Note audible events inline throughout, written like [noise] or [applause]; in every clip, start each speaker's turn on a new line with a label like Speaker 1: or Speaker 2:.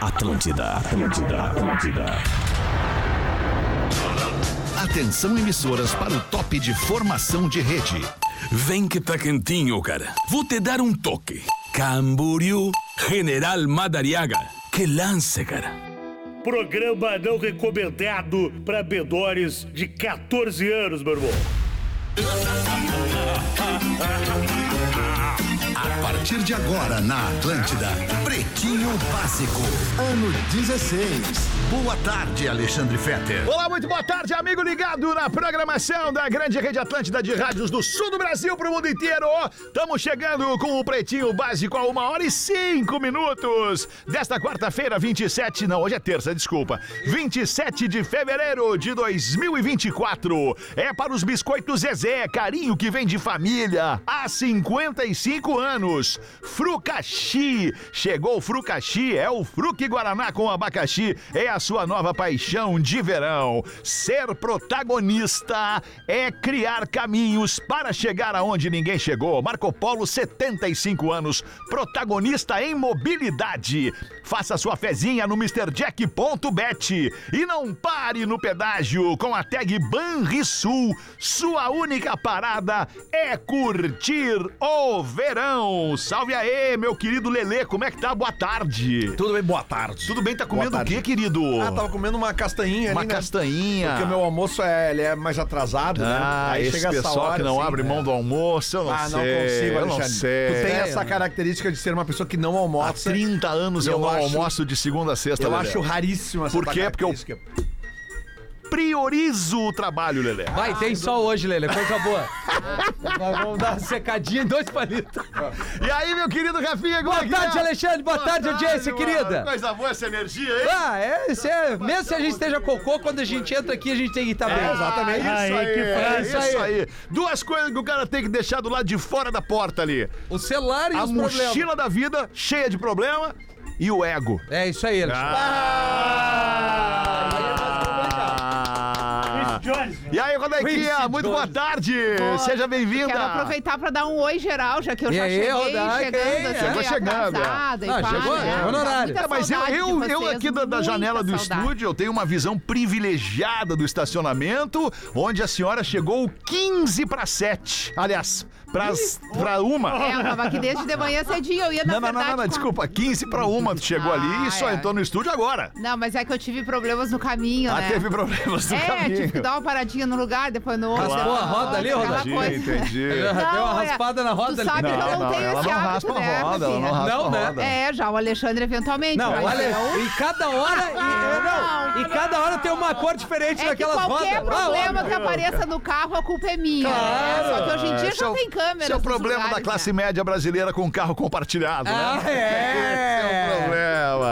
Speaker 1: Atlântida, Atlântida, Atlântida.
Speaker 2: Atenção emissoras para o top de formação de rede.
Speaker 3: Vem que tá quentinho, cara. Vou te dar um toque. Camboriú, General Madariaga. Que lance, cara.
Speaker 4: Programa não recomendado para bedores de 14 anos, meu irmão.
Speaker 2: A partir de agora na Atlântida, Pretinho Básico, ano 16. Boa tarde, Alexandre Fetter.
Speaker 5: Olá, muito boa tarde, amigo ligado na programação da grande rede Atlântida de rádios do sul do Brasil para o mundo inteiro. Estamos chegando com o Pretinho Básico a uma hora e cinco minutos desta quarta-feira, 27, não, hoje é terça, desculpa, 27 de fevereiro de 2024. É para os biscoitos Zezé, carinho que vem de família, há 55 anos. Frucaxi, chegou o Frucaxi, é o Fruque Guaraná com abacaxi, é a sua nova paixão de verão. Ser protagonista é criar caminhos para chegar aonde ninguém chegou. Marco Polo, 75 anos, protagonista em mobilidade. Faça sua fezinha no MrJack.bet e não pare no pedágio com a tag Banrisul. Sua única parada é curtir o verão. Salve aí, meu querido Lelê, como é que tá? Boa tarde.
Speaker 6: Tudo bem? Boa tarde.
Speaker 5: Tudo bem? Tá
Speaker 6: Boa
Speaker 5: comendo o
Speaker 6: tarde.
Speaker 5: quê, querido?
Speaker 6: Ah, tava comendo uma castanhinha
Speaker 5: Uma
Speaker 6: ali, né?
Speaker 5: castanhinha.
Speaker 6: Porque o meu almoço é, ele é mais atrasado, né?
Speaker 5: Ah, esse pessoal que não
Speaker 6: assim,
Speaker 5: abre
Speaker 6: né?
Speaker 5: mão do almoço, eu não
Speaker 6: Ah,
Speaker 5: sei.
Speaker 6: não consigo,
Speaker 5: eu não
Speaker 6: Alexandre.
Speaker 5: sei.
Speaker 6: Tu tem
Speaker 5: É,
Speaker 6: essa característica de ser uma pessoa que não
Speaker 5: Há
Speaker 6: almoça.
Speaker 5: 30 anos eu,
Speaker 6: Eu
Speaker 5: não
Speaker 6: acho-
Speaker 5: almoço de segunda a sexta,
Speaker 6: Eu
Speaker 5: Lelé.
Speaker 6: acho raríssimo essa
Speaker 5: Por quê? Porque eu-
Speaker 6: característica.
Speaker 5: Priorizo o trabalho, Lelé.
Speaker 7: Vai, tem sol hoje, Lele, coisa boa. Ah, [laughs] Nós vamos dar uma secadinha em dois palitos.
Speaker 5: E aí, meu querido Rafinha, como
Speaker 7: Boa
Speaker 5: é que
Speaker 7: tarde,
Speaker 5: é?
Speaker 7: Alexandre, boa tarde, audiência
Speaker 5: mano.
Speaker 7: querida.
Speaker 5: Coisa boa essa energia, hein?
Speaker 7: Ah, é, isso é. Mesmo se a gente esteja cocô, quando a gente entra aqui, a gente tem que estar bem.
Speaker 5: É exatamente. Isso
Speaker 4: Aí,
Speaker 5: aí, é
Speaker 4: que
Speaker 5: isso
Speaker 4: frase.
Speaker 5: aí. Duas coisas que o cara tem que deixar do lado de fora da porta ali.
Speaker 7: O celular e
Speaker 5: A
Speaker 7: os problemas.
Speaker 5: mochila da vida, cheia de problema, e o ego.
Speaker 7: É isso aí, Alexandre. é
Speaker 5: Ah! E aí, Rodequinha,
Speaker 7: Coincidência.
Speaker 5: muito boa tarde! Seja bem-vinda!
Speaker 8: Quero aproveitar para dar um oi geral, já que eu
Speaker 7: E
Speaker 8: já
Speaker 7: aí,
Speaker 8: cheguei
Speaker 7: Rodaica, hein?
Speaker 8: chegando, assim,
Speaker 5: Chegou
Speaker 8: meio
Speaker 5: chegando, é.
Speaker 8: atrasada e
Speaker 7: Ah,
Speaker 8: pá,
Speaker 7: chegou,
Speaker 8: né?
Speaker 7: chegou no
Speaker 8: Dá
Speaker 7: horário.
Speaker 8: muita
Speaker 5: Cara, Ah, mas eu,
Speaker 8: saudade
Speaker 5: eu,
Speaker 8: de
Speaker 5: eu
Speaker 8: vocês,
Speaker 5: aqui da, da
Speaker 8: muita
Speaker 5: janela do
Speaker 8: saudade.
Speaker 5: estúdio, eu tenho uma visão privilegiada do estacionamento, onde a senhora chegou 15 para 7. Aliás, pras,
Speaker 7: oh.
Speaker 5: pra uma.
Speaker 8: É, eu tava aqui desde de manhã cedinho, eu ia na
Speaker 5: Não, não, não,
Speaker 8: verdade...
Speaker 5: não, não,
Speaker 8: com-
Speaker 5: desculpa, 15 para uma tu chegou ali e só
Speaker 8: Ah, é.
Speaker 5: entrou no estúdio agora.
Speaker 8: Não, mas é que eu tive problemas no caminho,
Speaker 5: Ah,
Speaker 8: né?
Speaker 5: teve problemas no
Speaker 8: é,
Speaker 5: caminho.
Speaker 8: tive que dar uma paradinha no lugar, depois no outro.
Speaker 5: Claro.
Speaker 8: depois
Speaker 7: Pô, a
Speaker 8: no
Speaker 7: roda
Speaker 8: outro,
Speaker 7: ali,
Speaker 8: aquela
Speaker 7: Rodaica.
Speaker 8: coisa.
Speaker 5: entendi.
Speaker 7: Deu uma
Speaker 8: Não, é,
Speaker 7: raspada na roda
Speaker 8: tu
Speaker 7: ali.
Speaker 8: sabe que eu não tenho
Speaker 5: ela
Speaker 8: esse
Speaker 5: não
Speaker 8: hábito,
Speaker 5: raspa a
Speaker 8: né,
Speaker 5: roda, ela não
Speaker 8: Rafinha?
Speaker 5: raspa
Speaker 7: Não,
Speaker 5: a
Speaker 7: né?
Speaker 5: roda.
Speaker 8: É, já o Alexandre eventualmente.
Speaker 7: Não,
Speaker 8: mas é um eu-
Speaker 7: olha, e cada hora. E, é, não, e cada hora tem uma cor diferente
Speaker 8: É que
Speaker 7: daquelas
Speaker 8: qualquer
Speaker 7: rodas. Ah,
Speaker 8: problema
Speaker 7: olha.
Speaker 8: que apareça no carro, a culpa é minha.
Speaker 7: Claro.
Speaker 8: né? Só que hoje em dia
Speaker 5: Esse
Speaker 8: já
Speaker 5: é o-
Speaker 8: tem câmera.
Speaker 5: Esse é o problema
Speaker 8: né?
Speaker 5: da classe média brasileira com carro compartilhado, né?
Speaker 7: Ah, é.
Speaker 5: [laughs] Esse é o problema.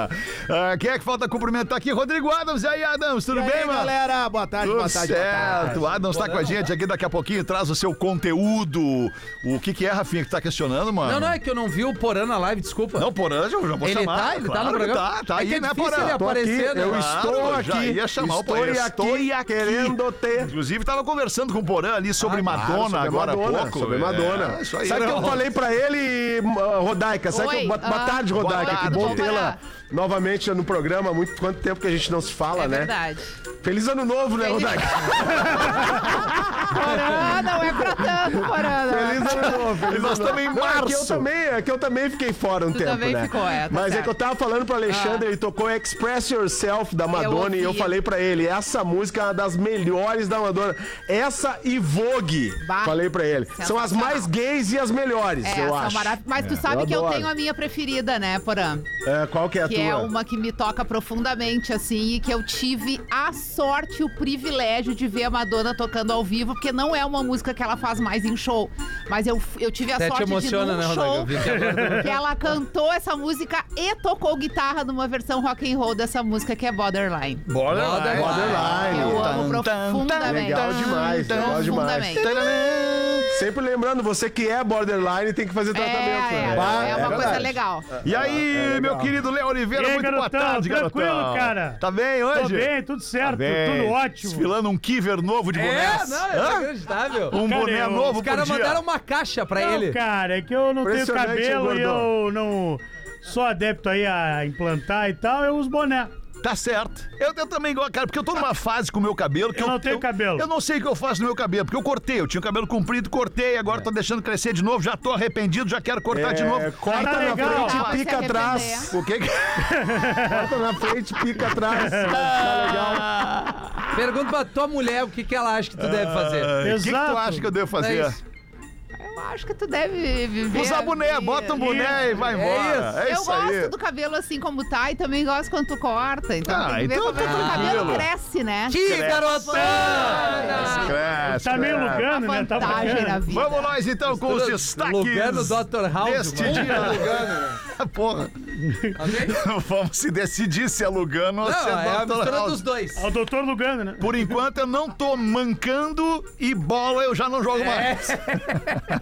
Speaker 5: Ah, quem é que falta cumprimentar aqui? Rodrigo Adams. E aí, Adams, tudo
Speaker 6: E
Speaker 5: bem,
Speaker 6: aí,
Speaker 5: mano?
Speaker 6: galera? Boa tarde,
Speaker 5: Tudo
Speaker 6: boa tarde, boa tarde.
Speaker 5: certo. O Adams tá com a gente aqui daqui a pouquinho, traz o seu conteúdo. O que que é, Rafinha, que tá questionando, mano?
Speaker 7: Não, não, é que eu não vi o Porã na live, desculpa.
Speaker 5: Não, Porã, eu já vou
Speaker 7: Ele
Speaker 5: chamar.
Speaker 7: tá, ele tá
Speaker 5: claro
Speaker 7: no
Speaker 5: que
Speaker 7: programa.
Speaker 5: Tá, tá
Speaker 7: É que
Speaker 5: aí,
Speaker 7: é
Speaker 5: né,
Speaker 7: difícil
Speaker 5: Porã?
Speaker 7: ele
Speaker 5: Tô
Speaker 7: aparecer,
Speaker 5: aqui,
Speaker 7: né?
Speaker 5: Eu
Speaker 7: Claro,
Speaker 5: estou aqui. Já ia chamar o Porã.
Speaker 6: Estou aqui querendo
Speaker 5: ter. Inclusive, tava conversando com o Porã ali sobre Madonna
Speaker 6: sobre
Speaker 5: agora
Speaker 6: Madonna,
Speaker 5: há pouco.
Speaker 6: sobre
Speaker 5: É,
Speaker 6: Madonna.
Speaker 5: isso aí.
Speaker 6: Sabe o que eu
Speaker 5: Não.
Speaker 6: falei pra ele, uh, Rodaica? Sabe
Speaker 8: Oi,
Speaker 6: que eu, boa, boa
Speaker 8: ah,
Speaker 6: tarde,
Speaker 8: boa
Speaker 6: Rodaica.
Speaker 5: tarde.
Speaker 6: que bom
Speaker 8: Vamos
Speaker 6: tê-la
Speaker 8: parar.
Speaker 6: novamente no programa. Muito quanto tempo que a gente não se fala,
Speaker 8: É
Speaker 6: né?
Speaker 5: [laughs]
Speaker 8: verdade.
Speaker 6: Feliz ano novo, né,
Speaker 8: Feliz-
Speaker 6: Rodaica?
Speaker 5: Ah,
Speaker 8: Porã, não é pra tanto, Porã. não é
Speaker 5: [laughs]
Speaker 6: Feliz ano novo. Feliz
Speaker 5: E nós
Speaker 6: ano novo.
Speaker 5: estamos em
Speaker 6: Não, é que eu
Speaker 5: março.
Speaker 6: também, é que eu também fiquei fora um
Speaker 8: Tu
Speaker 6: tempo,
Speaker 8: também
Speaker 6: né?
Speaker 8: ficou, é, tá
Speaker 6: Mas é
Speaker 8: certo. Ah.
Speaker 6: que eu tava falando pro Alexandre, ele tocou Express Yourself da Madonna e eu
Speaker 8: ouvi.
Speaker 6: falei pra ele, essa música é uma das melhores da Madonna. Essa e Vogue,
Speaker 8: Bah.
Speaker 6: falei pra ele. São as
Speaker 8: Sensacional.
Speaker 6: mais gays e as melhores,
Speaker 8: É,
Speaker 6: eu
Speaker 8: são
Speaker 6: acho.
Speaker 8: marav- Mas tu sabe
Speaker 6: eu
Speaker 8: que eu
Speaker 6: adoro.
Speaker 8: tenho a minha preferida, né, Porã?
Speaker 6: É, qual que é a
Speaker 8: Que
Speaker 6: tua?
Speaker 8: é uma que me toca profundamente, assim, e que eu tive a sorte e o privilégio de ver a Madonna tocando ao vivo, porque não é uma música que ela faz mais em show. Mas eu, eu tive a
Speaker 7: Até te
Speaker 8: sorte
Speaker 7: emociona,
Speaker 8: de
Speaker 7: né,
Speaker 8: num
Speaker 7: Rodaica? Eu
Speaker 8: show
Speaker 7: vi que agora-
Speaker 8: que ela cantou essa música e tocou guitarra numa versão rock and roll dessa música que é Borderline.
Speaker 5: Bora lá.
Speaker 7: Borderline.
Speaker 5: Bora lá.
Speaker 6: Borderline.
Speaker 8: Eu amo
Speaker 5: Tan, tan,
Speaker 8: profundamente.
Speaker 6: Legal demais, legal demais.
Speaker 8: Profundamente.
Speaker 6: Sempre lembrando, você que é borderline tem que fazer
Speaker 8: É,
Speaker 6: tratamento.
Speaker 8: é,
Speaker 6: né?
Speaker 5: Bah,
Speaker 8: é uma
Speaker 5: é
Speaker 8: coisa
Speaker 5: verdade.
Speaker 8: legal.
Speaker 5: E aí, meu querido Léo Oliveira,
Speaker 4: E aí,
Speaker 5: muito boa
Speaker 4: garotão,
Speaker 5: tarde, garotão.
Speaker 4: tranquilo, cara?
Speaker 5: Tá bem hoje?
Speaker 4: Tô bem, tudo certo,
Speaker 5: Tá bem.
Speaker 4: tudo ótimo.
Speaker 5: Desfilando um kiver novo de bonés.
Speaker 7: É, não,
Speaker 5: Hã?
Speaker 7: é inacreditável.
Speaker 5: Um
Speaker 4: Cara,
Speaker 5: boné
Speaker 4: eu-
Speaker 5: novo
Speaker 7: Os
Speaker 5: por
Speaker 7: caras
Speaker 5: dia.
Speaker 7: mandaram uma caixa pra
Speaker 4: Não,
Speaker 7: ele.
Speaker 4: cara, é que eu não tenho
Speaker 6: Impressionante,
Speaker 4: cabelo
Speaker 6: hein,
Speaker 4: e eu não sou adepto aí a implantar e tal, eu uso boné.
Speaker 5: Tá certo. Eu, eu também gosto, cara, porque eu tô numa fase com o meu cabelo. Que
Speaker 4: Eu não tenho cabelo.
Speaker 5: Eu não sei o que eu faço no meu cabelo, porque eu cortei. Eu tinha o cabelo comprido, cortei, agora
Speaker 4: É.
Speaker 5: tô deixando crescer de novo, já tô arrependido, já quero cortar
Speaker 7: É.
Speaker 5: de novo.
Speaker 9: É, corta
Speaker 4: Tá
Speaker 9: na
Speaker 4: legal.
Speaker 9: frente
Speaker 8: Vai
Speaker 9: e
Speaker 8: se
Speaker 9: pica
Speaker 8: arrepender.
Speaker 9: atrás.
Speaker 5: O
Speaker 4: [laughs]
Speaker 5: que que.
Speaker 6: tá
Speaker 9: Corta na frente pica [laughs] atrás. Tá legal.
Speaker 7: Pergunta pra tua mulher o que, que ela acha que tu deve
Speaker 6: Ah,
Speaker 7: fazer.
Speaker 5: O que, que tu
Speaker 4: Exato.
Speaker 5: acha que eu devo fazer?
Speaker 7: É isso.
Speaker 8: Eu acho que tu deve viver.
Speaker 5: Usar boné,
Speaker 8: assim.
Speaker 5: bota um boné e vai embora. É isso,
Speaker 8: eu gosto
Speaker 5: aí.
Speaker 8: do cabelo assim como tá e também gosto quando tu corta. Então
Speaker 5: Ah,
Speaker 8: tem que ver
Speaker 5: então
Speaker 8: como é
Speaker 5: tá
Speaker 8: que o cabelo
Speaker 5: tranquilo.
Speaker 8: cresce, né?
Speaker 7: Que garotão!
Speaker 5: Cresce,
Speaker 4: Tá meio
Speaker 5: cresce.
Speaker 8: Uma
Speaker 4: Lugano, né? Tá
Speaker 8: vantagem na
Speaker 4: bacana.
Speaker 8: vida.
Speaker 5: Vamos nós então com os destaques.
Speaker 7: Lugano, Dr. House.
Speaker 5: Deste
Speaker 7: mano.
Speaker 5: dia. Porra,
Speaker 7: Tá Ok?
Speaker 5: [laughs] vamos se decidir se é Lugano ou se
Speaker 7: Não, é
Speaker 5: é
Speaker 7: a
Speaker 5: Dr.
Speaker 7: mistura
Speaker 5: House.
Speaker 7: dos dois.
Speaker 4: É o doutor Lugano, né?
Speaker 5: Por enquanto eu não tô mancando e bola eu já não
Speaker 7: É.
Speaker 5: jogo mais.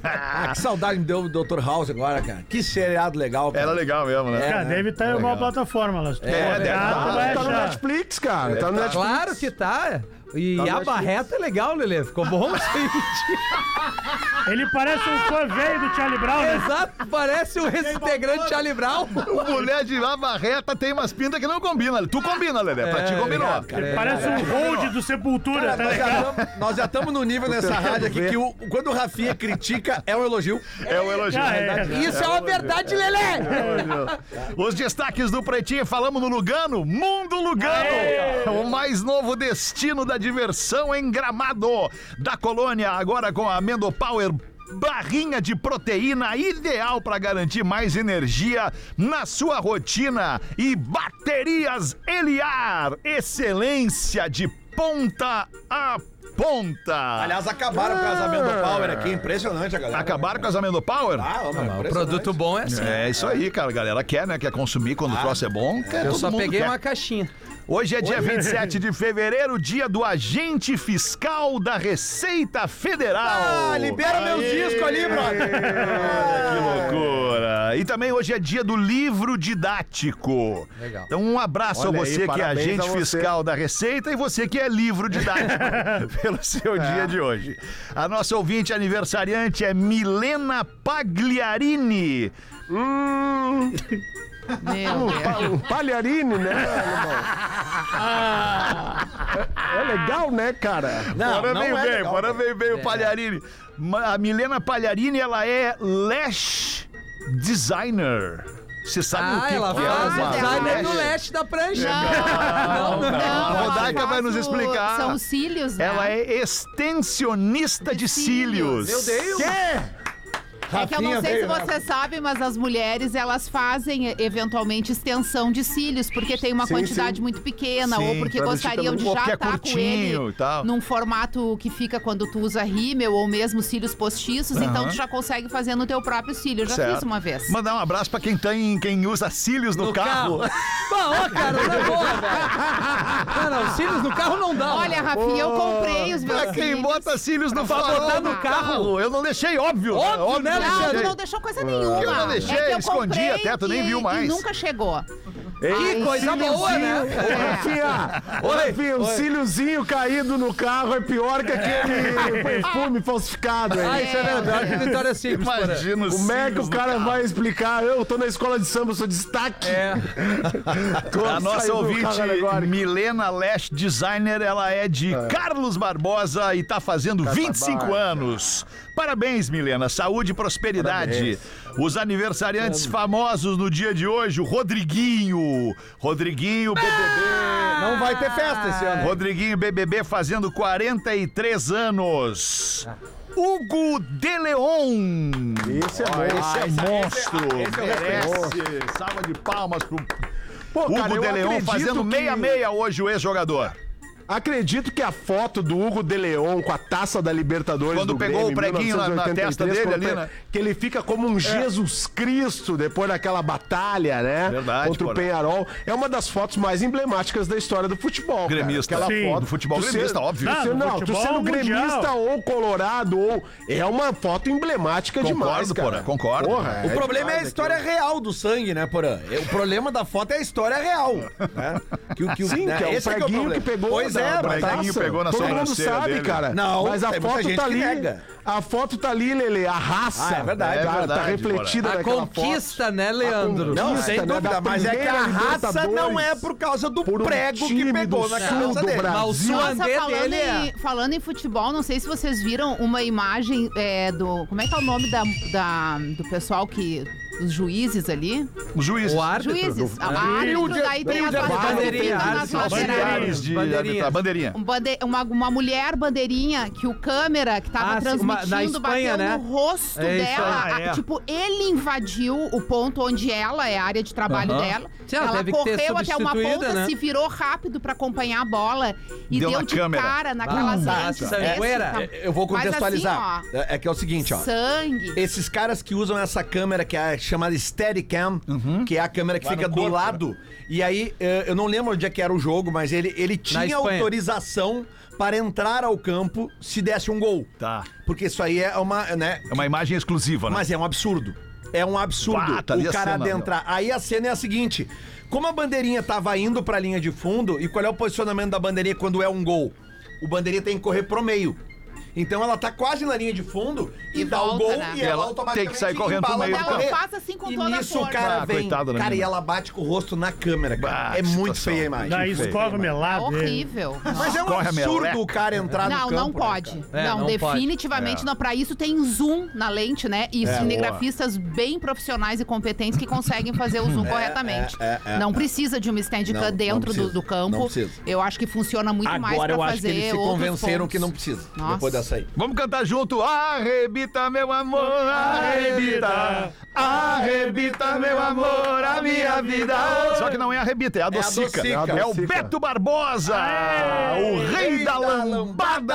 Speaker 6: Ah,
Speaker 7: Que saudade me deu do Dr. House agora, cara. Que seriado legal, cara.
Speaker 5: Era legal mesmo, né?
Speaker 7: É,
Speaker 4: Cara,
Speaker 7: né?
Speaker 4: deve estar em uma plataforma lá. Se tu
Speaker 5: É,
Speaker 4: botar,
Speaker 5: deve tá.
Speaker 4: tu vai
Speaker 9: Tá no
Speaker 4: achar.
Speaker 9: Netflix, cara. Tá no
Speaker 6: é
Speaker 9: Netflix.
Speaker 7: Claro que tá. E a barreta é legal, Lelê. Ficou bom [laughs] gente.
Speaker 4: Ele parece um fã velho do Charlie Brown, né?
Speaker 7: Exato, parece o reintegrante Charlie Brown.
Speaker 5: Mulher de lava reta tem umas pintas que não combinam. Tu combina, Lelé. Pra ti
Speaker 7: É,
Speaker 5: combinou.
Speaker 7: obrigado, cara. É,
Speaker 4: Parece um hold do Sepultura, tá
Speaker 6: Nós
Speaker 4: ligado?
Speaker 6: já tamo- Nós já estamos no nível nessa rádio aqui que o- quando o Rafinha critica, é um elogio.
Speaker 5: É o elogio.
Speaker 4: Ah, é.
Speaker 7: Isso é uma verdade, Lelê.
Speaker 5: Os destaques do Pretinho, falamos no Lugano, Mundo Lugano, o mais novo destino da diversão em Gramado, da colônia, agora com a Amendo Power. Barrinha de proteína ideal para garantir mais energia na sua rotina. E baterias Eliar, excelência de ponta a ponta.
Speaker 6: Aliás, acabaram com o casamento do Power aqui. Impressionante a galera.
Speaker 5: Acabaram com as Amendo Power?
Speaker 6: Ah, ô, mano,
Speaker 7: O
Speaker 6: impressionante.
Speaker 7: produto bom é assim.
Speaker 5: É isso aí, cara. A galera quer, né? Quer consumir quando o troço é bom. Quer,
Speaker 7: Eu
Speaker 5: todo
Speaker 7: só
Speaker 5: mundo
Speaker 7: peguei
Speaker 5: quer.
Speaker 7: uma caixinha.
Speaker 5: Hoje é dia 27 de fevereiro, dia do agente fiscal da Receita Federal.
Speaker 6: Ah, libera meu disco ali, [laughs] brother.
Speaker 5: Que loucura! E também hoje é dia do livro didático.
Speaker 7: Legal.
Speaker 5: Então, um abraço
Speaker 9: Olha
Speaker 5: a você
Speaker 9: aí,
Speaker 5: que é
Speaker 9: parabéns
Speaker 5: agente
Speaker 9: a você.
Speaker 5: fiscal da Receita e você que é livro didático
Speaker 9: [laughs]
Speaker 5: pelo seu dia de hoje. A nossa ouvinte aniversariante é Milena Pagliarini.
Speaker 8: Meu Deus.
Speaker 9: O Palharini, né? É legal, né, cara?
Speaker 5: Bora bem,
Speaker 6: é
Speaker 5: bem,
Speaker 6: legal,
Speaker 5: bora bem, bem, o Palharini. Ma- A Milena Palharini, ela é lash designer. Você
Speaker 6: Tá
Speaker 5: sabe o
Speaker 7: Ah,
Speaker 5: que,
Speaker 7: ela
Speaker 5: que
Speaker 7: faz
Speaker 5: é uma
Speaker 7: designer
Speaker 5: lash?
Speaker 7: do leste da prancha.
Speaker 8: Não, não,
Speaker 5: A
Speaker 8: ela
Speaker 5: Rodaica
Speaker 8: faz
Speaker 5: vai nos
Speaker 8: o-
Speaker 5: explicar.
Speaker 8: São os cílios, né?
Speaker 5: Ela é extensionista de,
Speaker 8: De
Speaker 5: cílios.
Speaker 8: cílios.
Speaker 7: Deus.
Speaker 8: É que eu não
Speaker 6: Rafinha
Speaker 8: sei se
Speaker 6: veio, né?
Speaker 8: vocês sabem, mas as mulheres, elas fazem eventualmente extensão de cílios, porque tem uma
Speaker 9: Sim,
Speaker 8: quantidade
Speaker 9: sim.
Speaker 8: muito pequena,
Speaker 5: Sim,
Speaker 8: ou porque
Speaker 5: pra não
Speaker 8: gostariam
Speaker 5: ficar-
Speaker 8: de
Speaker 5: ou
Speaker 8: já
Speaker 5: porque é
Speaker 8: estar com
Speaker 5: curtinho e
Speaker 8: ele
Speaker 5: tal.
Speaker 8: num formato que fica quando tu usa rímel ou mesmo cílios postiços, então tu já consegue fazer no teu próprio cílio. Eu já
Speaker 5: Certo.
Speaker 8: fiz uma vez.
Speaker 5: Mandar um abraço pra quem tem, quem usa cílios no, carro.
Speaker 7: Bah, ó, cara, na boa, velho. Não, não, cílios no carro não dá.
Speaker 8: Olha, Rafinha, eu comprei os meus
Speaker 5: [laughs] Pra quem
Speaker 8: cílios.
Speaker 5: bota cílios no
Speaker 7: Pra
Speaker 5: farol
Speaker 7: botar no
Speaker 5: do
Speaker 7: carro.
Speaker 5: Eu não deixei, óbvio.
Speaker 7: Óbvio,
Speaker 5: eu
Speaker 7: né,
Speaker 8: Não, tu
Speaker 5: deixei.
Speaker 8: não deixou coisa nenhuma.
Speaker 5: Ah. Eu não deixei,
Speaker 8: é que eu
Speaker 5: escondi
Speaker 8: comprei
Speaker 5: até, tu nem
Speaker 8: que-
Speaker 5: viu mais.
Speaker 8: Que nunca chegou.
Speaker 7: que coisa boa, né?
Speaker 9: Ô,
Speaker 8: É.
Speaker 9: Rafinha, ô, Rafinha, um cíliozinho caído no carro é pior que aquele perfume falsificado,
Speaker 7: Ah,
Speaker 9: hein?
Speaker 7: isso é verdade. que Vitória Simples, porra.
Speaker 5: Imagina os
Speaker 9: Como é que
Speaker 5: cílios
Speaker 9: o
Speaker 5: no
Speaker 9: cara
Speaker 5: carro.
Speaker 9: vai explicar? Eu tô na escola de samba, eu sou destaque.
Speaker 7: É.
Speaker 5: A nossa
Speaker 9: Saiu do
Speaker 5: ouvinte,
Speaker 9: carro agora.
Speaker 5: Milena Lash Designer, ela é de Carlos Barbosa e tá fazendo 25 anos. Parabéns, Milena. Saúde e prosperidade. Os aniversariantes famosos no dia de hoje, o Rodriguinho. Rodriguinho, BBB.
Speaker 6: Não vai ter Ah! festa esse ano.
Speaker 5: Rodriguinho, BBB, fazendo 43 anos. Hugo De Leon.
Speaker 9: Esse é
Speaker 6: Ah,
Speaker 9: bom.
Speaker 5: Esse é monstro.
Speaker 6: esse eu
Speaker 5: Merece. Salva de palmas pro
Speaker 9: Pô,
Speaker 5: Hugo
Speaker 9: cara, eu
Speaker 5: De Leon
Speaker 9: acredito
Speaker 5: fazendo
Speaker 9: que-
Speaker 5: 66 hoje o ex-jogador.
Speaker 9: Acredito que a foto do Hugo De Leon com a taça da Libertadores
Speaker 5: Quando
Speaker 9: do
Speaker 5: pegou
Speaker 9: Grêmio,
Speaker 5: o preguinho na- na testa
Speaker 9: 1983,
Speaker 5: dele ali,
Speaker 9: quando-
Speaker 5: né? É.
Speaker 9: Que ele fica como um Jesus Cristo depois daquela batalha, né?
Speaker 5: Verdade,
Speaker 9: Contra o
Speaker 5: porra.
Speaker 9: Penharol. É uma das fotos mais emblemáticas da história do futebol, cara.
Speaker 5: Gremista. Tá.
Speaker 9: Aquela
Speaker 4: Sim,
Speaker 9: foto.
Speaker 5: do futebol
Speaker 9: Tu ser-
Speaker 5: gremista, óbvio.
Speaker 9: tu ser-
Speaker 4: Ah, do
Speaker 9: não, tu
Speaker 4: futebol
Speaker 9: sendo
Speaker 4: mundial.
Speaker 9: é gremista ou colorado ou... É uma foto emblemática
Speaker 5: Concordo,
Speaker 9: demais, cara.
Speaker 5: porra, concordo.
Speaker 9: Porra,
Speaker 6: O
Speaker 9: é
Speaker 6: problema é a
Speaker 9: demais
Speaker 6: história
Speaker 9: aquilo.
Speaker 6: real do sangue, né, Porã? O problema da foto é a é história real. Né? Que, o- que, o-
Speaker 9: Sim, que é o
Speaker 6: esse é que é o
Speaker 9: preguinho
Speaker 6: problema.
Speaker 9: que pegou
Speaker 6: Pois Pois é,
Speaker 5: mas
Speaker 6: mas
Speaker 5: Neguinho
Speaker 9: Taça?
Speaker 5: pegou na
Speaker 9: Todo mundo
Speaker 5: sobrancelha
Speaker 9: sabe,
Speaker 5: dele.
Speaker 9: cara.
Speaker 6: Não,
Speaker 9: mas a
Speaker 6: tem muita
Speaker 9: foto
Speaker 6: gente
Speaker 9: tá
Speaker 6: que
Speaker 9: ali.
Speaker 6: nega.
Speaker 9: A foto tá ali, Lele. A raça.
Speaker 6: Ah, é verdade,
Speaker 9: tá,
Speaker 5: é
Speaker 9: tá
Speaker 5: verdade,
Speaker 9: refletida
Speaker 7: A
Speaker 9: naquela
Speaker 7: conquista, né, Leandro?
Speaker 9: Não,
Speaker 6: Não, sem
Speaker 9: né,
Speaker 6: dúvida,
Speaker 9: da
Speaker 6: mas é que a
Speaker 9: primeira
Speaker 6: raça não é por causa do
Speaker 9: por um
Speaker 6: prego que
Speaker 9: time
Speaker 6: pegou
Speaker 9: do
Speaker 6: na
Speaker 9: sul
Speaker 6: cabeça
Speaker 9: do
Speaker 6: dele.
Speaker 9: Brasil.
Speaker 7: Mas o
Speaker 8: Nossa,
Speaker 7: suandê
Speaker 8: falando
Speaker 7: dele é...
Speaker 8: em, falando em futebol, não sei se vocês viram uma imagem é, do. Como é que é o nome da, da- do pessoal que. Dos juízes ali?
Speaker 5: Os juízes.
Speaker 7: é. O árbitro.
Speaker 8: Juízes.
Speaker 7: do-
Speaker 8: A árbitro, daí tem as bandeirinhas nas
Speaker 7: Bandeirinha,
Speaker 8: laterais.
Speaker 5: Bandeirinhas de
Speaker 7: Bandeirinhas.
Speaker 5: habitar. Bandeirinha.
Speaker 8: Um bande- Uma, uma mulher bandeirinha que o câmera que tava
Speaker 7: Ah, sim, uma- na
Speaker 8: transmitindo
Speaker 7: Espanha,
Speaker 8: bateu
Speaker 7: né?
Speaker 8: no rosto
Speaker 7: É isso
Speaker 8: dela.
Speaker 7: aí,
Speaker 8: A-
Speaker 7: é.
Speaker 8: Tipo, ele invadiu o ponto onde ela é a área de trabalho
Speaker 7: Aham.
Speaker 8: dela.
Speaker 7: Sim, ela deve ter
Speaker 8: correu até uma
Speaker 7: substituída,
Speaker 8: ponta,
Speaker 7: né?
Speaker 8: se virou rápido pra acompanhar a bola e
Speaker 5: Deu
Speaker 8: deu,
Speaker 5: na
Speaker 8: de
Speaker 5: câmera.
Speaker 8: cara naquelas
Speaker 7: Ah,
Speaker 8: lentes.
Speaker 7: tá.
Speaker 8: desse
Speaker 7: Poeira.
Speaker 8: tamanho.
Speaker 6: Eu vou
Speaker 8: Mas
Speaker 6: contextualizar.
Speaker 8: assim,
Speaker 6: é é que é o seguinte,
Speaker 8: ó,
Speaker 6: ó.
Speaker 8: sangue.
Speaker 6: Esses caras que usam essa câmera que é chamada Steadicam, que é a câmera que fica do lado. E aí, eh, eu não lembro onde é que era o jogo, mas ele, ele tinha
Speaker 7: Espanha.
Speaker 6: autorização para entrar ao campo se desse um gol.
Speaker 5: Tá.
Speaker 6: Porque isso aí é uma, né?
Speaker 5: É uma imagem exclusiva, né?
Speaker 6: Mas é um absurdo. É um absurdo
Speaker 5: Bah, tá ali
Speaker 6: o
Speaker 5: a
Speaker 6: cara
Speaker 5: cena,
Speaker 6: adentrar. Aí a cena é a seguinte: como a bandeirinha tava indo pra linha de fundo, e qual é o posicionamento da bandeirinha quando é um gol? O bandeirinha tem que correr pro meio. Então ela tá quase na linha de fundo e,
Speaker 8: E
Speaker 6: dá o
Speaker 8: volta,
Speaker 6: gol
Speaker 8: né?
Speaker 6: e
Speaker 5: E ela
Speaker 6: ela
Speaker 5: tem
Speaker 6: automaticamente
Speaker 5: que sair correndo pro
Speaker 6: embala
Speaker 5: meio
Speaker 6: pra
Speaker 5: do campo.
Speaker 8: Ela
Speaker 6: correr.
Speaker 8: passa assim com
Speaker 6: e
Speaker 8: toda a
Speaker 6: nisso o
Speaker 8: força.
Speaker 6: cara
Speaker 5: Ah,
Speaker 6: vem.
Speaker 5: coitada da
Speaker 6: Cara, e
Speaker 5: menina.
Speaker 6: ela bate com o rosto na câmera. cara.
Speaker 5: Bah,
Speaker 6: é
Speaker 5: que
Speaker 6: muito
Speaker 5: situação.
Speaker 6: feia a imagem.
Speaker 4: Na
Speaker 6: Muito feia a
Speaker 4: escova
Speaker 6: imagem.
Speaker 4: melada. né?
Speaker 8: Horrível.
Speaker 6: Mas é um
Speaker 5: Corre a
Speaker 6: absurdo
Speaker 5: meleca.
Speaker 6: o cara entrar no
Speaker 8: Não,
Speaker 6: campo.
Speaker 8: não
Speaker 6: né,
Speaker 8: pode.
Speaker 6: cara?
Speaker 7: É,
Speaker 8: não,
Speaker 7: não pode.
Speaker 8: definitivamente
Speaker 6: É.
Speaker 8: não. Pra isso tem zoom na lente, né? E cinegrafistas bem profissionais e competentes que conseguem fazer o zoom
Speaker 6: [laughs]
Speaker 8: corretamente.
Speaker 6: é, é,
Speaker 8: não precisa de uma stand
Speaker 6: Não,
Speaker 8: cam
Speaker 6: não
Speaker 8: dentro do,
Speaker 6: precisa.
Speaker 8: do campo.
Speaker 6: Não precisa.
Speaker 8: Eu acho que funciona muito mais
Speaker 6: Agora
Speaker 8: pra
Speaker 6: eu
Speaker 8: fazer
Speaker 6: acho que eles se
Speaker 8: é outros
Speaker 6: convenceram
Speaker 8: pontos.
Speaker 6: que não precisa.
Speaker 8: Nossa.
Speaker 6: Depois dessa aí.
Speaker 5: Vamos cantar junto. Arrebita, meu amor, arrebita. Arrebita, meu amor, a minha vida. Só que não é arrebita, é a docica.
Speaker 6: docica.
Speaker 5: É, o
Speaker 9: Docica.
Speaker 5: Beto Barbosa, o rei da lambada.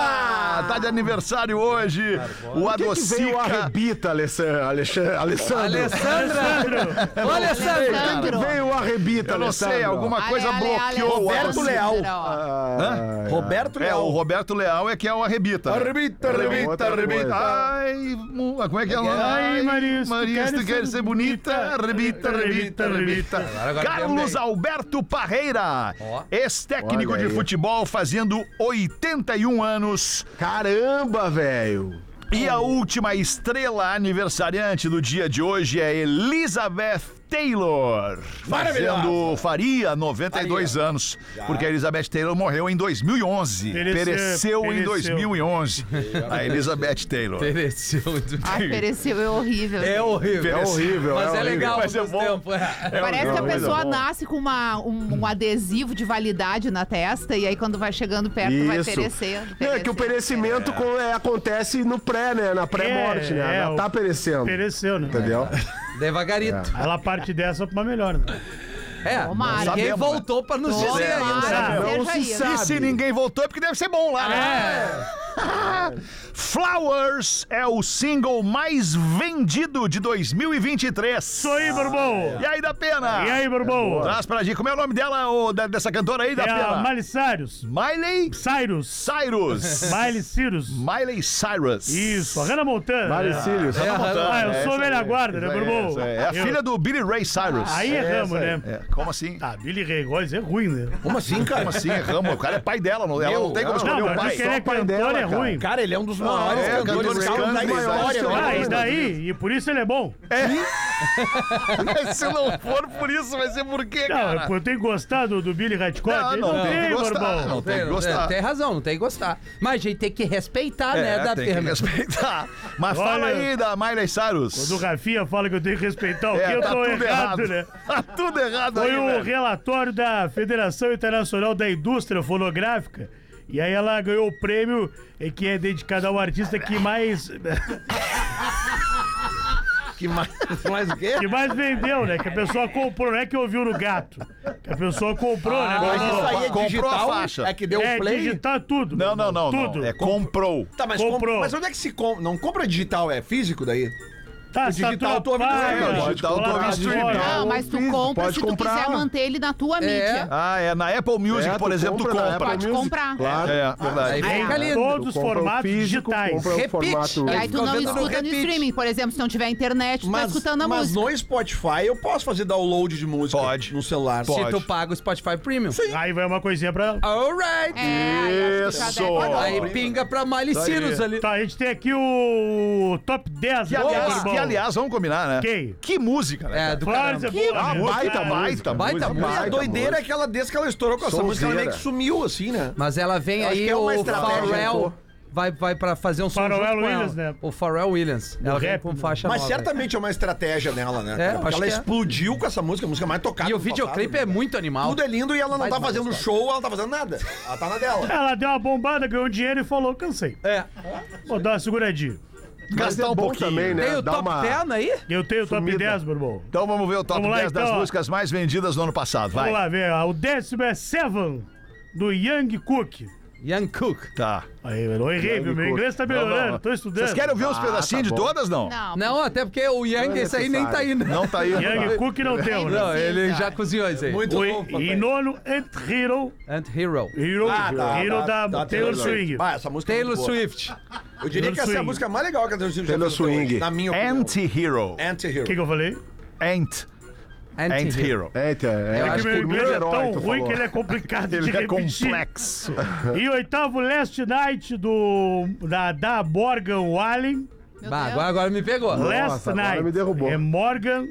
Speaker 5: Tá de aniversário hoje. O
Speaker 9: Por que que veio a
Speaker 5: Adocica.
Speaker 9: arrebita, Alessandro? Alessandro.
Speaker 7: Alessandra! Ô, Alessandra!
Speaker 9: Por que que veio a arrebita,
Speaker 5: Eu não
Speaker 9: Alessandro?
Speaker 5: sei, alguma coisa
Speaker 8: Ale, ale,
Speaker 5: bloqueou o
Speaker 8: ale,
Speaker 6: Roberto
Speaker 8: Alessandra,
Speaker 6: Leal. [laughs]
Speaker 8: ó.
Speaker 6: Roberto
Speaker 5: É, o
Speaker 6: Leal.
Speaker 5: Roberto Leal é que é o arrebita. né?
Speaker 6: Arrebita,
Speaker 9: arrebita, arrebita.
Speaker 5: Ai, mu- como é que é? Ai, Maria,
Speaker 4: Marias, tu
Speaker 5: Maria, tu quer ser bonita? Arrebita, arrebita, arrebita. Carlos Alberto Parreira,
Speaker 7: Ó.
Speaker 5: ex-técnico
Speaker 9: Olha
Speaker 5: de
Speaker 9: aí.
Speaker 5: futebol fazendo 81 anos
Speaker 9: Caramba, velho.
Speaker 5: e a última estrela aniversariante do dia de hoje é Elizabeth Taylor,
Speaker 6: Maravilhosa.
Speaker 5: fazendo faria 92 anos, porque a Elizabeth Taylor morreu em 2011,
Speaker 4: Pereceu,
Speaker 5: pereceu, em
Speaker 4: pereceu.
Speaker 5: 2011. A Elizabeth Taylor.
Speaker 7: Pereceu.
Speaker 8: Ai, pereceu, é horrível.
Speaker 7: É horrível.
Speaker 5: É horrível,
Speaker 7: Mas
Speaker 5: é
Speaker 7: é,
Speaker 5: horrível.
Speaker 7: legal ao
Speaker 5: Mas é
Speaker 7: mesmo
Speaker 5: bom.
Speaker 7: tempo. é.
Speaker 8: Parece que a
Speaker 5: Não,
Speaker 8: pessoa
Speaker 5: ainda bom.
Speaker 8: nasce com uma, um, um adesivo de validade na testa e aí quando vai chegando perto vai
Speaker 9: Isso.
Speaker 8: perecendo.
Speaker 9: Não, é que o perecimento co- é, acontece no pré, né? Na pré-morte, né?
Speaker 4: É, é,
Speaker 9: Ela tá
Speaker 4: o-
Speaker 9: perecendo.
Speaker 4: Pereceu, né?
Speaker 9: Entendeu?
Speaker 6: É.
Speaker 7: Devagarito.
Speaker 4: Ela parte dessa pra uma melhor, né?
Speaker 7: É,
Speaker 8: Tomara.
Speaker 7: ninguém
Speaker 5: Sabemos,
Speaker 6: né?
Speaker 7: voltou pra nos dizer
Speaker 6: é,
Speaker 7: ainda.
Speaker 8: Tomara,
Speaker 9: Não
Speaker 8: seja
Speaker 9: se
Speaker 8: isso.
Speaker 5: E se ninguém voltou é porque deve ser bom lá, né?
Speaker 4: É.
Speaker 5: Flowers é o single mais vendido de 2023.
Speaker 4: Isso aí, Bourbon!
Speaker 5: E aí, da pena?
Speaker 4: E aí, Bourbon?
Speaker 5: Traz pra gente. Como é o nome dela, ô, da- dessa cantora aí, da
Speaker 4: É a
Speaker 5: pena?
Speaker 4: Miley Cyrus,
Speaker 5: Miley
Speaker 4: Cyrus,
Speaker 5: Cyrus.
Speaker 4: Miley Cyrus.
Speaker 5: Miley Cyrus. tá
Speaker 4: Isso, a Hannah Montana.
Speaker 9: Parecílios.
Speaker 7: É,
Speaker 4: Ah, eu sou
Speaker 5: essa
Speaker 4: velha
Speaker 5: aí,
Speaker 4: guarda, né,
Speaker 5: essa aí,
Speaker 4: Bourbon?
Speaker 5: essa aí. É a
Speaker 4: Eu-
Speaker 5: filha do Billy Ray Cyrus.
Speaker 4: Aí erramos, né?
Speaker 5: É, como assim?
Speaker 4: Ah, Billy Ray Gomes é ruim, né?
Speaker 6: Como assim,
Speaker 5: Como assim erramos? O cara é pai dela, não, ela não tem como escolher
Speaker 4: Não,
Speaker 5: o
Speaker 4: mas
Speaker 5: pai.
Speaker 4: que ele é
Speaker 9: pai
Speaker 4: cantor
Speaker 9: dela,
Speaker 4: é
Speaker 5: [laughs]
Speaker 9: cara.
Speaker 4: ruim.
Speaker 6: Cara, ele é um dos maiores
Speaker 5: é,
Speaker 6: cantores
Speaker 5: cantores
Speaker 6: country da
Speaker 5: country,
Speaker 6: história.
Speaker 5: exato.
Speaker 4: Ah,
Speaker 6: mano.
Speaker 4: e daí? E por isso ele é bom?
Speaker 5: É. Se não for por isso, vai ser por quê, cara?
Speaker 4: Não, eu tenho gostado do Billy Radcott. Ele não, tem, Bourbon.
Speaker 5: Não tem que
Speaker 7: Tem,
Speaker 5: gostar.
Speaker 7: é, tem razão, não tem que gostar. Mas a gente tem que respeitar, né, da
Speaker 5: É, tem que
Speaker 7: pena.
Speaker 5: respeitar. Mas fala
Speaker 4: Olha.
Speaker 5: aí da Miley Cyrus.
Speaker 4: Quando o Rafinha fala que eu tenho que respeitar o que
Speaker 5: É,
Speaker 4: eu
Speaker 5: tá
Speaker 4: tô
Speaker 5: tudo
Speaker 4: errado,
Speaker 5: errado,
Speaker 4: né?
Speaker 5: [laughs] Tá tudo errado
Speaker 4: Foi
Speaker 5: aí,
Speaker 4: o
Speaker 5: velho.
Speaker 4: relatório da Federação Internacional da Indústria Fonográfica. E aí ela ganhou o prêmio eh, que é dedicado ao artista que mais, [laughs]
Speaker 6: Que mais, mais o quê?
Speaker 4: que mais vendeu, né? Que a pessoa comprou, não é que ouviu no gato. Que a pessoa comprou,
Speaker 5: Ah,
Speaker 4: né?
Speaker 6: Mas isso aí é
Speaker 5: Comprou a
Speaker 6: digital,
Speaker 5: faixa.
Speaker 6: é que deu
Speaker 4: é
Speaker 6: play.
Speaker 4: digitar tudo.
Speaker 5: Não, não, não. não.
Speaker 4: Tudo.
Speaker 5: É comprou.
Speaker 6: Tá, mas, comp-
Speaker 4: Comprou.
Speaker 6: mas onde é que se compra? Não compra digital, é físico daí?
Speaker 4: Tá,
Speaker 6: O digital tu
Speaker 5: né,
Speaker 6: avisa,
Speaker 4: Tatuapá,
Speaker 6: não,
Speaker 9: o digital tu
Speaker 4: Coloca
Speaker 9: avisa.
Speaker 4: no
Speaker 9: Não,
Speaker 4: fone.
Speaker 8: Não, mas tu
Speaker 9: físico,
Speaker 8: compra
Speaker 9: pode
Speaker 8: se
Speaker 9: comprar.
Speaker 8: tu quiser manter ele na tua mídia.
Speaker 5: Ah, é. Na Apple Music, por exemplo, tu compra.
Speaker 8: Pode
Speaker 9: Music,
Speaker 8: comprar.
Speaker 9: Claro.
Speaker 5: É, verdade.
Speaker 7: Aí
Speaker 8: Ah,
Speaker 7: fica lindo.
Speaker 4: Todos os
Speaker 9: Compra o
Speaker 4: formatos
Speaker 9: físico,
Speaker 4: digitais.
Speaker 9: Compra o
Speaker 7: Repite.
Speaker 9: formato.
Speaker 8: E aí tu
Speaker 7: Ficou
Speaker 8: não
Speaker 7: vendo no
Speaker 8: escuta no
Speaker 7: repeat.
Speaker 8: streaming, por exemplo, se não tiver internet, tu tá escutando a
Speaker 6: mas
Speaker 8: música.
Speaker 6: no Spotify eu posso fazer download de música.
Speaker 5: Pode.
Speaker 6: No celular.
Speaker 5: Pode.
Speaker 7: Se tu paga o Spotify Premium.
Speaker 9: um-
Speaker 4: Aí vai uma coisinha pra ela.
Speaker 7: Alright.
Speaker 8: É, aí acho que já
Speaker 5: Isso.
Speaker 8: deve pagar.
Speaker 7: Aí pinga pra Miley Cyrus ali.
Speaker 4: Tá, a gente tem aqui o top 10
Speaker 5: Que
Speaker 4: do
Speaker 5: aliás,
Speaker 4: Bourbon.
Speaker 5: que, aliás, vamos combinar, né?
Speaker 4: Quem?
Speaker 5: Que música, né?
Speaker 7: É,
Speaker 5: cara?
Speaker 7: do
Speaker 4: Flores
Speaker 7: caramba.
Speaker 4: é boa,
Speaker 5: Ah,
Speaker 4: né?
Speaker 5: baita,
Speaker 4: Cara,
Speaker 5: baita,
Speaker 7: Baita
Speaker 5: música.
Speaker 6: E a
Speaker 7: música.
Speaker 6: doideira é que ela, desde que ela estourou com essa música, ela meio que sumiu, assim, né?
Speaker 7: Mas ela vem
Speaker 6: Eu acho
Speaker 7: aí,
Speaker 6: que é uma
Speaker 7: o
Speaker 6: estratégia,
Speaker 7: Pharrell
Speaker 6: pô.
Speaker 7: vai, vai pra fazer um som
Speaker 4: Pharrell
Speaker 7: junto com
Speaker 4: Williams,
Speaker 7: ela.
Speaker 4: né?
Speaker 7: O Pharrell Williams. ela vem
Speaker 4: rap,
Speaker 7: com
Speaker 4: né?
Speaker 7: faixa
Speaker 6: Mas
Speaker 7: nova.
Speaker 6: certamente é uma estratégia dela, né? cara?
Speaker 7: eu
Speaker 6: Porque
Speaker 7: acho
Speaker 6: ela
Speaker 7: que é.
Speaker 6: explodiu com essa música, a música mais tocada.
Speaker 7: E o
Speaker 6: do
Speaker 7: videoclipe é
Speaker 6: passado, né?
Speaker 7: muito animal.
Speaker 6: Tudo é lindo e ela não
Speaker 7: Mais
Speaker 6: tá
Speaker 7: uma
Speaker 6: fazendo
Speaker 7: música.
Speaker 6: show, ela tá fazendo nada. Ela tá
Speaker 4: [laughs]
Speaker 6: na dela.
Speaker 4: Ela deu uma bombada, ganhou dinheiro e falou, cansei.
Speaker 7: É.
Speaker 4: Vou dar uma seguradinha.
Speaker 9: Mas é
Speaker 5: Gastar um
Speaker 9: bom
Speaker 5: pouquinho.
Speaker 9: também, né?
Speaker 7: Tem o
Speaker 9: Dá
Speaker 7: top
Speaker 9: uma-
Speaker 7: 10 aí?
Speaker 4: Eu tenho o top
Speaker 9: Sumida.
Speaker 4: 10, meu irmão.
Speaker 5: Então vamos ver o top
Speaker 4: Vamos lá,
Speaker 5: 10 das
Speaker 4: então.
Speaker 5: músicas mais vendidas do ano passado. Vai.
Speaker 4: Vamos lá ver. ó. O décimo é Seven, do Young Cook.
Speaker 7: Young Cook.
Speaker 5: Tá.
Speaker 4: Aí, eu não errei, viu? Meu inglês tá melhorando, tô estudando.
Speaker 5: Vocês querem ouvir uns
Speaker 9: Ah,
Speaker 5: pedacinhos de
Speaker 9: tá bom.
Speaker 5: todas, não?
Speaker 8: Não,
Speaker 7: Não, até porque o Young,
Speaker 9: é
Speaker 7: esse aí nem tá aí, né?
Speaker 5: Não tá aí.
Speaker 4: Young
Speaker 5: tá.
Speaker 4: Cook não tem, né?
Speaker 7: Não, ele já cozinhou isso aí.
Speaker 6: Muito
Speaker 4: O-
Speaker 6: bom.
Speaker 4: e nono, Ant Hero.
Speaker 7: Ant Hero.
Speaker 4: Hero,
Speaker 6: tá,
Speaker 4: Hero da, Taylor Swing.
Speaker 6: Ah, essa música é
Speaker 7: Taylor
Speaker 6: muito boa.
Speaker 7: Swift.
Speaker 6: Eu diria que essa é a
Speaker 4: Swing.
Speaker 6: música mais legal que a Taylor Swift já
Speaker 9: Taylor
Speaker 6: fez até
Speaker 9: Swing.
Speaker 6: hoje, Na minha opinião.
Speaker 5: Anti-hero.
Speaker 6: Anti-Hero.
Speaker 4: O que, que eu falei?
Speaker 5: Ant.
Speaker 7: Ant-Hero.
Speaker 5: Ant-hero.
Speaker 9: É, então, é,
Speaker 7: Eu
Speaker 9: acho
Speaker 5: Tá
Speaker 4: Que
Speaker 7: acho
Speaker 9: que
Speaker 4: meu
Speaker 9: por mim
Speaker 5: um
Speaker 4: inglês é
Speaker 9: herói,
Speaker 4: tão
Speaker 9: tu
Speaker 4: ruim
Speaker 9: falou.
Speaker 4: que ele é
Speaker 5: [laughs]
Speaker 4: complicado de
Speaker 5: Ele é
Speaker 4: repetir. [laughs]
Speaker 5: complexo.
Speaker 4: E oitavo, Last Night do, da, da Morgan Wallen.
Speaker 8: meu
Speaker 7: Bah,
Speaker 8: Deus.
Speaker 7: agora, agora me pegou.
Speaker 4: Last
Speaker 9: agora
Speaker 4: Night.
Speaker 9: me derrubou.
Speaker 4: É Morgan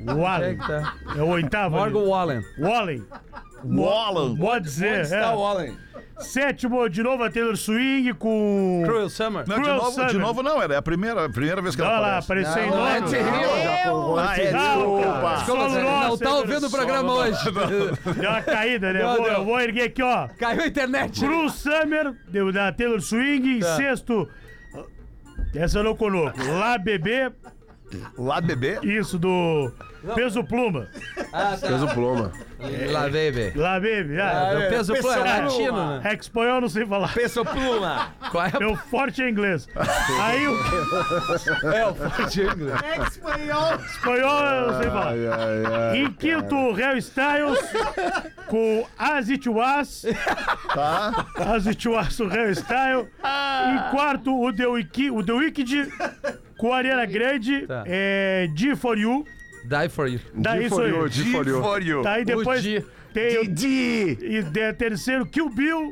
Speaker 4: Wallen.
Speaker 7: Eita.
Speaker 4: É o oitavo. ali.
Speaker 7: tá? Morgan Wallen.
Speaker 4: Wallen.
Speaker 5: Wallen.
Speaker 4: Pode ser.
Speaker 6: Tá,
Speaker 4: É.
Speaker 6: Wallen.
Speaker 4: Sétimo, de novo a Taylor Swing com.
Speaker 7: Cruel Summer.
Speaker 5: Não, de
Speaker 4: Cruel
Speaker 5: novo, de
Speaker 4: Summer.
Speaker 5: novo não, era a primeira, a primeira vez que
Speaker 4: Olha
Speaker 5: ela
Speaker 4: lá,
Speaker 5: aparece.
Speaker 4: apareceu em
Speaker 7: Não,
Speaker 4: nome.
Speaker 7: Ant Hero.
Speaker 5: Ah, é,
Speaker 4: Não, cara.
Speaker 5: desculpa.
Speaker 4: Só
Speaker 7: Desculpa,
Speaker 4: no
Speaker 7: Zé, não
Speaker 4: nosso,
Speaker 7: tá
Speaker 4: Pedro,
Speaker 7: ouvindo o
Speaker 4: só
Speaker 7: programa
Speaker 4: no
Speaker 7: hoje.
Speaker 4: Deu uma caída, né?
Speaker 7: Não,
Speaker 4: vou,
Speaker 7: não.
Speaker 4: eu vou erguer aqui, ó.
Speaker 7: [laughs] Caiu a internet.
Speaker 4: Cruel Summer, deu da Taylor Swing. Em
Speaker 7: Tá.
Speaker 4: sexto, essa eu não coloco. Lá Bebê,
Speaker 5: Lá bebê.
Speaker 4: isso do Peso Pluma.
Speaker 7: Ah, tá.
Speaker 9: Fez o pluma.
Speaker 7: Lá, baby.
Speaker 4: Lá Bebê, ah.
Speaker 7: Eu peso plano, é latino, né?
Speaker 4: É que espanhol eu não sei falar.
Speaker 7: Peso pluma. Qual é a
Speaker 4: Meu forte é inglês. Aí o
Speaker 7: É, o forte inglês.
Speaker 4: espanhol eu não sei falar.
Speaker 9: Ai, ai, ai.
Speaker 4: Em quinto, Real Styles com As It Was. Tá. As It Was, o Real Style. Em quarto, o The Wiki, o The Wicked com a Ariana Grande,
Speaker 7: Tá.
Speaker 4: é, G for You.
Speaker 7: Die for you.
Speaker 4: Dá isso aí.
Speaker 9: Diforiu, diforiu.
Speaker 5: For you.
Speaker 4: Tá, e depois
Speaker 7: G.
Speaker 4: tem o e de, terceiro, Kill Bill.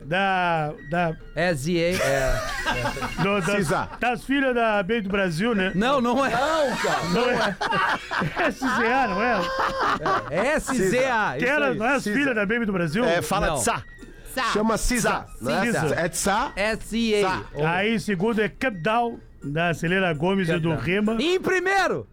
Speaker 4: Da. da.
Speaker 7: É Z.A. É.
Speaker 4: do-
Speaker 9: Cisa.
Speaker 4: das, das filhas da Bem do Brasil, né?
Speaker 7: Não, não é. Não, cara.
Speaker 4: Não é. SZA, não é?
Speaker 7: É S.Z.A.
Speaker 4: Que era, não é as
Speaker 9: Cisa.
Speaker 4: filhas da Baby do Brasil?
Speaker 5: É, fala
Speaker 7: Não.
Speaker 5: de Sá.
Speaker 8: Tá.
Speaker 9: Chama Cisa. não é?
Speaker 4: Cisa.
Speaker 9: É de Sá? Sa.
Speaker 7: S.A.
Speaker 4: Aí, em segundo, é Cup Down, da Celera Gomes e do Rema.
Speaker 7: Em primeiro.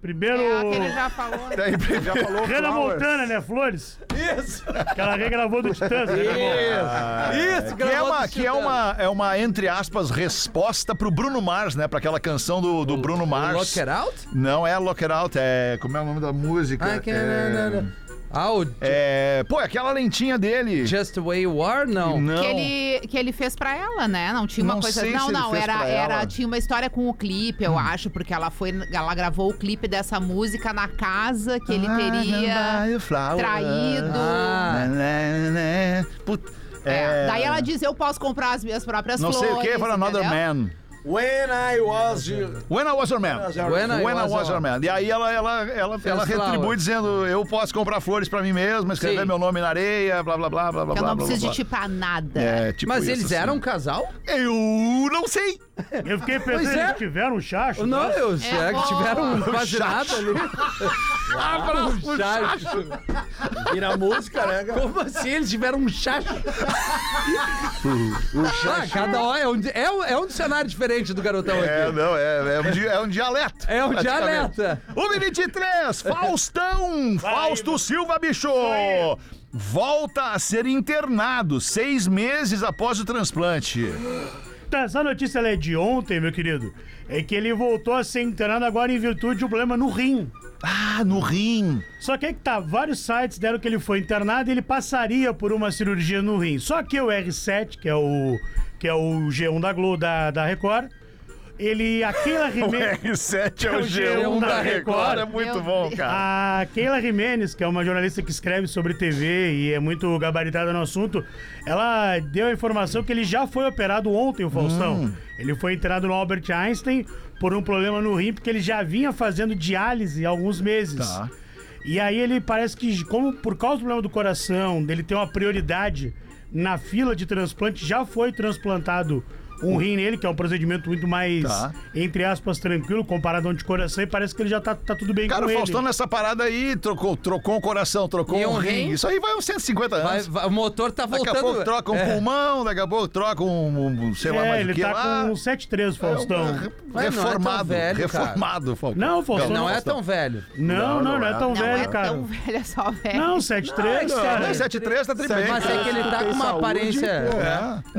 Speaker 4: Primeiro,
Speaker 8: É, aquele já falou.
Speaker 5: Tá
Speaker 8: né?
Speaker 9: Já falou
Speaker 4: Hannah
Speaker 9: Flowers.
Speaker 4: Montana, né, Flores?
Speaker 7: Isso.
Speaker 4: Que ela regravou do Titãs, né, irmão?
Speaker 7: Isso,
Speaker 5: Que, é uma, que é, uma, é uma, entre aspas, resposta pro Bruno Mars, né? Pra aquela canção do, do Bruno Mars.
Speaker 7: Lock it out?
Speaker 5: Não é Lock It Out, é. Como é o nome da música?
Speaker 7: Ah, que- não,
Speaker 5: É,
Speaker 7: não, não. Ah, o
Speaker 5: é, pô, é aquela lentinha dele.
Speaker 7: Just the Way You Are? Não.
Speaker 5: Não.
Speaker 8: Que ele, que ele fez pra ela, né? Não tinha uma
Speaker 5: Não
Speaker 8: coisa.
Speaker 5: sei se
Speaker 8: não,
Speaker 5: ele
Speaker 8: não,
Speaker 5: fez
Speaker 8: era,
Speaker 5: pra ela.
Speaker 8: era. Tinha uma história com o clipe, eu acho, porque ela foi. Ela gravou o clipe dessa música na casa que
Speaker 5: Ah,
Speaker 8: ele
Speaker 5: é
Speaker 8: teria traído.
Speaker 5: né,
Speaker 7: Ah,
Speaker 5: Puta.
Speaker 8: É, Daí ela diz: Eu posso comprar as minhas próprias
Speaker 5: Não sei
Speaker 8: flores.
Speaker 5: o que, for Another
Speaker 8: entendeu?
Speaker 5: Man.
Speaker 6: When I was you.
Speaker 5: When I was your man.
Speaker 7: When I
Speaker 5: When I was your man. E aí ela, ela, ela, ela retribui
Speaker 7: flowers.
Speaker 5: dizendo: Eu posso comprar flores pra mim mesma, escrever
Speaker 7: Sim.
Speaker 5: meu nome na areia, blá blá blá blá blá.
Speaker 8: Que eu
Speaker 5: blá,
Speaker 8: não
Speaker 5: blá,
Speaker 8: preciso
Speaker 5: blá,
Speaker 8: de tipo tipar nada.
Speaker 5: É, tipo
Speaker 7: Mas
Speaker 5: isso,
Speaker 7: eles
Speaker 5: assim.
Speaker 7: eram um casal?
Speaker 5: Eu não sei.
Speaker 4: Eu fiquei pensando,
Speaker 7: Pois é.
Speaker 4: eles tiveram um chacho.
Speaker 7: Não,
Speaker 4: né?
Speaker 7: eu será que
Speaker 8: bom.
Speaker 7: tiveram quase nada ali? Abraço um chacho.
Speaker 6: Vira música, né, cara?
Speaker 7: Como assim eles tiveram um chacho? Ah, cada hora é um, di- é, um, é um dicionário diferente do garotão
Speaker 5: É,
Speaker 7: aqui.
Speaker 5: não, é, é, um, di- é um dialeto.
Speaker 7: É um
Speaker 5: praticamente.
Speaker 7: dialeta. [laughs]
Speaker 5: 1h23, Faustão! Fausto Silva, bicho! Volta a ser internado seis meses após o transplante.
Speaker 4: Tá, Essa notícia ela é de ontem, meu querido. É que ele voltou a ser internado agora em virtude de um problema no rim.
Speaker 5: Ah, no rim.
Speaker 4: Só que aí que tá, vários sites deram que ele foi internado e ele passaria por uma cirurgia no um rim. Só que o R7, que é o que é o G1 da Globo da, da Record, Ele, a Keila
Speaker 5: O
Speaker 4: Jimenez.
Speaker 5: R7 é
Speaker 4: É
Speaker 5: o
Speaker 4: o
Speaker 5: G1 da Record. É muito
Speaker 8: Meu
Speaker 5: bom,
Speaker 8: Deus.
Speaker 5: cara.
Speaker 4: A Keila Jimenez, que é uma jornalista que escreve sobre TV e é muito gabaritada no assunto, ela deu a informação que ele já foi operado ontem, o Faustão.
Speaker 5: Hum.
Speaker 4: Ele foi entrado no Albert Einstein por um problema no rim, porque ele já vinha fazendo diálise há alguns meses.
Speaker 5: Tá.
Speaker 4: E aí ele parece que, como por causa do problema do coração, dele ter uma prioridade na fila de transplante, já foi transplantado um rim nele, que é um procedimento muito mais,
Speaker 5: Hum. Tá.
Speaker 4: entre aspas, tranquilo, comparado ao de coração, e parece que ele já tá, tá tudo bem
Speaker 5: Cara,
Speaker 4: com
Speaker 5: o
Speaker 4: ele.
Speaker 5: Faustão nessa parada aí trocou, trocou um coração, trocou
Speaker 7: E
Speaker 5: um
Speaker 7: um
Speaker 5: rim.
Speaker 7: rim.
Speaker 5: Isso aí vai uns 150 anos.
Speaker 7: Vai- vai- o motor tá
Speaker 5: Daqui a pouco
Speaker 7: voltando. É.
Speaker 5: troca um pulmão, daqui a pouco troca um, um- um sei lá
Speaker 4: É,
Speaker 5: mais o
Speaker 4: ele
Speaker 5: que
Speaker 4: tá
Speaker 5: lá. um
Speaker 4: com 7-3, Faustão.
Speaker 7: Mas não é tão
Speaker 5: reformado,
Speaker 7: velho, cara.
Speaker 5: reformado, Falcão.
Speaker 4: Não, Faustão.
Speaker 7: Não é tão velho.
Speaker 4: Não, não, não, é tão
Speaker 8: Não
Speaker 4: velho,
Speaker 8: é
Speaker 4: cara.
Speaker 8: tão velho, é só velho.
Speaker 4: Não, 7-3, cara.
Speaker 5: 73 tá tremendo.
Speaker 7: Mas é que ele tá com uma
Speaker 9: saúde,
Speaker 7: aparência.
Speaker 9: pô,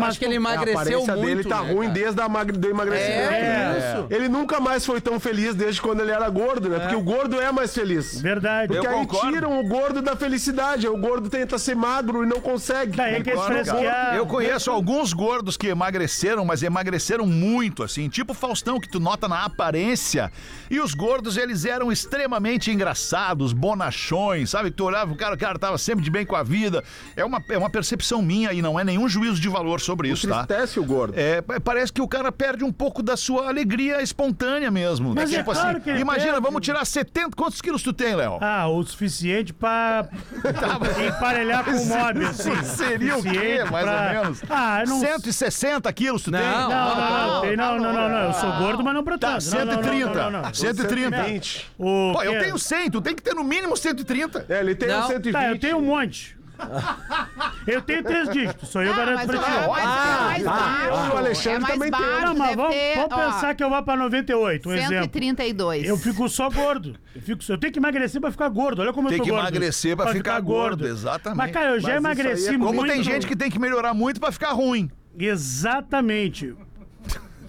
Speaker 7: É. Acho que ele
Speaker 9: A
Speaker 7: emagreceu
Speaker 9: aparência
Speaker 7: muito.
Speaker 9: dele tá
Speaker 7: né,
Speaker 9: ruim
Speaker 7: cara?
Speaker 9: desde a mag- do emagrecimento.
Speaker 7: É, isso.
Speaker 9: Ele nunca mais foi tão feliz desde quando ele era gordo, né? Porque o gordo é mais feliz.
Speaker 4: Verdade. Tá,
Speaker 9: Porque
Speaker 5: Eu
Speaker 9: aí
Speaker 5: concordo.
Speaker 9: tiram o gordo da felicidade. O gordo tenta ser magro e não consegue.
Speaker 4: Daí é que eles
Speaker 5: Claro, cara.
Speaker 4: fresquearam.
Speaker 5: Eu conheço alguns gordos que emagreceram, mas emagreceram muito, assim, tipo Faustão, que tu nota na aparência. E os gordos, eles eram extremamente engraçados, bonachões, sabe? Tu olhava, o cara, o cara tava sempre de bem com a vida. É uma, é uma percepção minha e não é nenhum juízo de valor sobre isso, tá?
Speaker 9: Entristece o gordo.
Speaker 5: É, pa- parece que o cara perde um pouco da sua alegria espontânea mesmo. Tipo assim,
Speaker 4: Mas é claro que ele
Speaker 5: imagina,
Speaker 4: perde.
Speaker 5: vamos tirar 70. Quantos quilos tu tem, Léo?
Speaker 4: Ah, o
Speaker 5: [laughs]
Speaker 4: suficiente pra emparelhar com o mob, assim.
Speaker 5: Tá, Seria o quê,
Speaker 4: Suficiente
Speaker 5: mais
Speaker 4: pra-
Speaker 5: ou menos?
Speaker 4: Ah, eu não...
Speaker 5: 160 quilos tu tem?
Speaker 4: Não,
Speaker 7: Não,
Speaker 4: não, não, não, não, não, não, eu sou gordo, mas não pra
Speaker 5: Tá,
Speaker 4: tanto. Não, não, não,
Speaker 5: 130.
Speaker 4: não, não, não.
Speaker 5: 130.
Speaker 4: O
Speaker 5: Pô, eu
Speaker 4: quê?
Speaker 5: tenho 100, tu tem que ter no mínimo 130.
Speaker 9: É, ele tem
Speaker 7: Não.
Speaker 9: um 120.
Speaker 4: Tá, eu tenho um monte. Eu tenho três dígitos, sou eu
Speaker 8: Ah,
Speaker 4: garanto
Speaker 8: mas
Speaker 4: pra
Speaker 8: o
Speaker 4: ti. Ah,
Speaker 8: cara vai ser mais baixo.
Speaker 9: o Alexandre
Speaker 8: é mais
Speaker 9: também tem.
Speaker 8: baixo,
Speaker 4: Não, mas
Speaker 8: deve
Speaker 4: vamos,
Speaker 8: ter,
Speaker 4: vamos
Speaker 8: ó,
Speaker 4: pensar que eu vou pra 98, um exemplo.
Speaker 8: 132.
Speaker 4: Eu fico só gordo. Eu, fico, eu tenho que emagrecer pra ficar gordo. Olha como
Speaker 5: Tem
Speaker 4: eu tô
Speaker 5: que
Speaker 4: gordo.
Speaker 5: emagrecer pra ficar gordo, exatamente.
Speaker 4: Mas, cara, eu já
Speaker 9: Mas isso aí é
Speaker 4: emagreci muito.
Speaker 5: Como tem gente que tem que melhorar muito pra ficar ruim.
Speaker 4: Exatamente.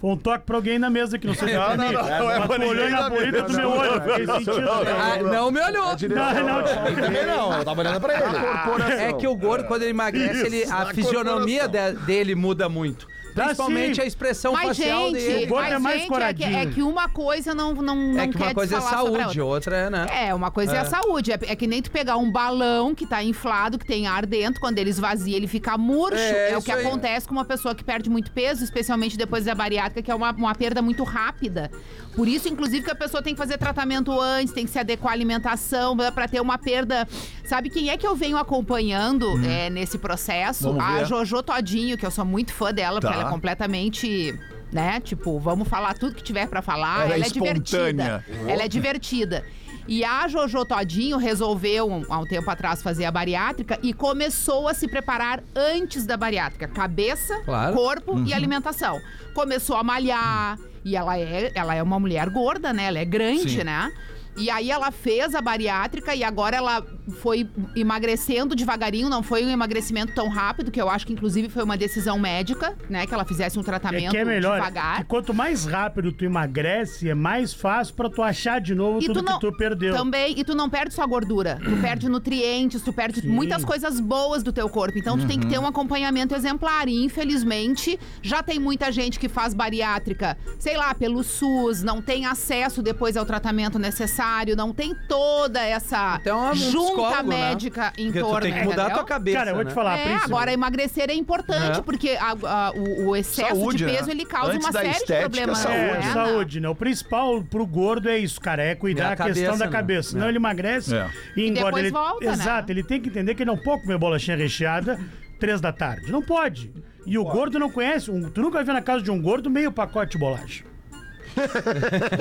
Speaker 4: Foi um toque pra alguém na mesa que não sei se
Speaker 5: Não,
Speaker 4: pra
Speaker 5: não,
Speaker 4: mim.
Speaker 5: não, não é
Speaker 4: Mas
Speaker 5: pra
Speaker 4: tu
Speaker 5: ninguém na
Speaker 4: olhou na
Speaker 5: mesa,
Speaker 4: bolita do meu
Speaker 5: não,
Speaker 4: olho. Fiquei sentindo.
Speaker 7: Ah, não me olhou.
Speaker 4: Não, não,
Speaker 7: E também não, eu tava olhando pra ele. É que o gordo, quando ele emagrece, ele- a fisionomia de- dele muda muito.
Speaker 4: Tá,
Speaker 7: Principalmente
Speaker 4: sim.
Speaker 7: a expressão
Speaker 8: Mas,
Speaker 7: facial
Speaker 8: gente,
Speaker 7: dele.
Speaker 4: gordo
Speaker 8: mas,
Speaker 4: é mais
Speaker 8: gente, é, que,
Speaker 4: coradinho.
Speaker 8: é que uma coisa não, não, não
Speaker 7: É que
Speaker 8: quer
Speaker 7: uma coisa é
Speaker 8: desfalar sobre a
Speaker 7: saúde, outra é, né?
Speaker 8: É, uma coisa é, a saúde. É, é que nem tu pegar um balão que tá inflado, que tem ar dentro, quando ele esvazia, ele fica murcho.
Speaker 7: É,
Speaker 8: É, o que
Speaker 7: isso aí.
Speaker 8: acontece com uma pessoa que perde muito peso, especialmente depois da bariátrica, que é uma, uma perda muito rápida. Por isso, inclusive, que a pessoa tem que fazer tratamento antes, tem que se adequar à alimentação pra ter uma perda. Sabe quem é que eu venho acompanhando é, nesse processo?
Speaker 5: Hum. Vamos
Speaker 8: a
Speaker 5: ver.
Speaker 8: Jojo Todinho, que eu sou muito fã dela,
Speaker 5: Tá.
Speaker 8: porque ela é completamente. Né? Tipo, vamos falar tudo que tiver pra falar.
Speaker 5: Ela é
Speaker 8: Ela, é divertida.
Speaker 5: espontânea.
Speaker 8: Ela é divertida. E a Jojo Todinho resolveu, um- há um tempo atrás, fazer a bariátrica e começou a se preparar antes da bariátrica. Cabeça,
Speaker 7: Claro.
Speaker 8: corpo e alimentação. Começou a malhar. E ela é, ela é uma mulher gorda, né? Ela é grande, né? E aí ela fez a bariátrica e agora ela foi emagrecendo devagarinho, não foi um emagrecimento tão rápido, que eu acho que inclusive foi uma decisão médica, né? Que ela fizesse um
Speaker 4: É
Speaker 8: tratamento
Speaker 4: que é melhor.
Speaker 8: devagar.
Speaker 4: Que quanto mais rápido tu emagrece, é mais fácil pra tu achar de novo tudo que tu perdeu.
Speaker 8: Também, e tu não perde só gordura. Tu perde nutrientes, tu perde muitas coisas boas do teu corpo. Então tu tem que ter um acompanhamento exemplar. E infelizmente, já tem muita gente que faz bariátrica, sei lá, pelo SUS, não tem acesso depois ao tratamento necessário, não tem toda essa
Speaker 7: Então é um
Speaker 8: junta
Speaker 7: psicólogo, né?
Speaker 8: médica em
Speaker 7: Porque
Speaker 8: torno.
Speaker 7: tu tem que
Speaker 8: né,
Speaker 7: mudar a tua
Speaker 8: entendeu?
Speaker 7: cabeça.
Speaker 4: Cara, eu vou te
Speaker 7: né?
Speaker 4: falar,
Speaker 8: É,
Speaker 4: príncipe.
Speaker 8: agora emagrecer é importante,
Speaker 7: É.
Speaker 8: porque a- a- o, o excesso
Speaker 5: Saúde,
Speaker 8: de peso
Speaker 5: né?
Speaker 8: ele causa
Speaker 5: Antes
Speaker 8: uma
Speaker 5: da
Speaker 8: série
Speaker 5: estética,
Speaker 8: de problemas.
Speaker 4: É,
Speaker 8: né?
Speaker 4: saúde, né? O principal pro gordo é isso, cara, é
Speaker 7: É
Speaker 4: cuidar
Speaker 7: a
Speaker 4: a questão
Speaker 7: cabeça,
Speaker 4: da
Speaker 7: né?
Speaker 4: cabeça. Senão ele emagrece
Speaker 5: É.
Speaker 4: e engorda.
Speaker 8: depois
Speaker 4: Ele...
Speaker 8: volta, né?
Speaker 4: Exato, ele tem que entender que não pode comer bolachinha recheada três da tarde. Não pode. E o gordo não conhece. um- Tu nunca viu na casa de um gordo meio pacote de bolacha.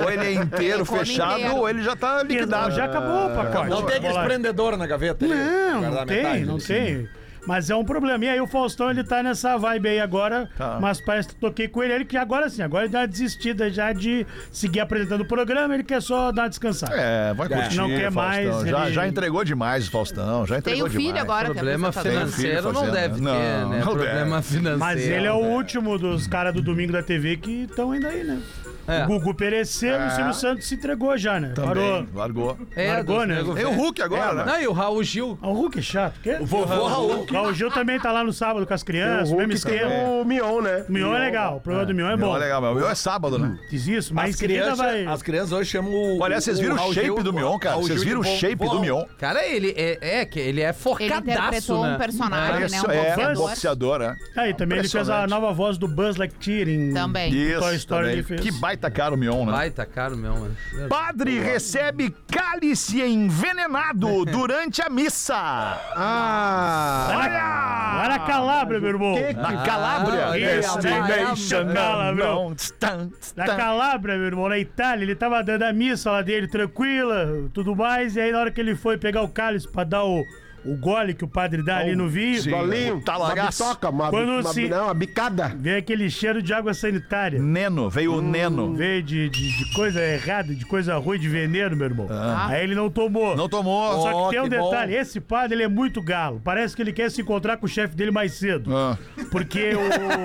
Speaker 5: Ou ele
Speaker 8: [laughs]
Speaker 5: é inteiro,
Speaker 8: Ele come
Speaker 5: fechado,
Speaker 8: inteiro.
Speaker 5: ou ele já tá liquidado.
Speaker 4: Já acabou o pacote.
Speaker 5: Ah, Não
Speaker 7: é
Speaker 4: de
Speaker 5: tem
Speaker 4: bolacha.
Speaker 7: prendedor na gaveta.
Speaker 4: Não, não tem, não tem. Mas é um problema. E aí o Faustão, ele tá nessa vibe aí agora,
Speaker 5: Tá.
Speaker 4: mas parece que toquei com ele, ele que agora sim, agora ele deu uma desistida já de seguir apresentando o programa, ele quer só dar uma descansada.
Speaker 5: É, vai curtir,
Speaker 4: Não quer
Speaker 5: Faustão.
Speaker 4: mais,
Speaker 5: Já,
Speaker 4: ele-
Speaker 5: já entregou demais, Faustão. Já
Speaker 8: Tem
Speaker 5: entregou
Speaker 8: o filho
Speaker 5: demais.
Speaker 8: agora, que é
Speaker 7: Problema
Speaker 8: apresentador.
Speaker 7: financeiro não
Speaker 5: fazendo,
Speaker 7: deve
Speaker 5: né?
Speaker 7: ter,
Speaker 5: Não,
Speaker 7: né?
Speaker 5: não
Speaker 7: Problema financeiro.
Speaker 4: Mas ele é o
Speaker 7: né?
Speaker 4: último dos caras do Domingo da TV que estão ainda aí, né?
Speaker 7: É.
Speaker 4: O Gugu pereceu e o Silvio Santos se entregou já, né? Parou.
Speaker 5: Também, largou.
Speaker 7: É,
Speaker 4: Largou,
Speaker 7: dos
Speaker 4: né?
Speaker 7: nego
Speaker 5: É o
Speaker 7: velho.
Speaker 5: Hulk agora, né?
Speaker 7: Não, e o Raul Gil.
Speaker 4: Ah, O Hulk é chato. Que? O
Speaker 6: Vovô Raul.
Speaker 4: Raul Gil também tá lá no sábado com as crianças, o mesmo esquema.
Speaker 9: o Mion, né?
Speaker 4: O Tá, Mion é legal, o programa do Mion é bom.
Speaker 5: Não, legal, mas o meu é sábado, né?
Speaker 4: Diz isso, mas
Speaker 6: As
Speaker 4: em seguida
Speaker 6: crianças,
Speaker 4: vai.
Speaker 6: as crianças hoje chamam o.
Speaker 5: Olha, vocês viram o
Speaker 6: Raul
Speaker 5: shape
Speaker 6: Gil-
Speaker 5: do Mion, cara?
Speaker 6: Raul
Speaker 5: Vocês
Speaker 6: Gil
Speaker 5: viram o
Speaker 6: de
Speaker 5: shape
Speaker 6: vovô.
Speaker 5: do Mion?
Speaker 7: Cara, ele é, é que ele é
Speaker 8: Ele
Speaker 7: forcadaço,
Speaker 8: interpretou
Speaker 7: né?
Speaker 8: um personagem, né? Um
Speaker 5: é, um
Speaker 8: boxeador.
Speaker 5: boxeador, né?
Speaker 4: Ah, e também ele fez a
Speaker 5: Impressionante.
Speaker 4: nova voz do Buzz Lightyear em
Speaker 8: Também.
Speaker 4: Toy
Speaker 5: Isso,
Speaker 4: Story.
Speaker 5: também.
Speaker 4: Ele fez.
Speaker 5: Que baita cara o Mion, né?
Speaker 7: Vai tá caro mesmo, mano.
Speaker 5: Padre recebe cálice [laughs] envenenado durante a missa.
Speaker 9: Ah,
Speaker 4: Olha! Olha a calabra, meu irmão.
Speaker 5: Na Calábria.
Speaker 7: Ah,
Speaker 4: Destination Calabria.
Speaker 5: Não, tstan,
Speaker 4: Na
Speaker 5: tstan.
Speaker 4: Calabria, meu irmão, na Itália, ele tava dando a missa lá dele, tranquila, tudo mais, e aí na hora que ele foi pegar o cálice pra dar o, o gole que o padre dá ali no vinho,
Speaker 5: sim.
Speaker 9: Golinho,
Speaker 5: Tá
Speaker 9: uma
Speaker 5: lagaço.
Speaker 9: bitoca, uma,
Speaker 4: Quando
Speaker 9: uma-
Speaker 4: se-
Speaker 9: não, uma bicada.
Speaker 4: veio aquele cheiro de água sanitária.
Speaker 5: Neno, veio o Neno.
Speaker 4: Veio de, de- de coisa errada, de coisa ruim, de veneno, meu irmão. Aí ele não tomou.
Speaker 5: Não tomou. Oh,
Speaker 4: Só que tem um
Speaker 6: que
Speaker 4: detalhe,
Speaker 6: bom.
Speaker 4: esse padre ele é muito galo. Parece que ele quer se encontrar com o chefe dele mais cedo.
Speaker 5: Ah.
Speaker 4: Porque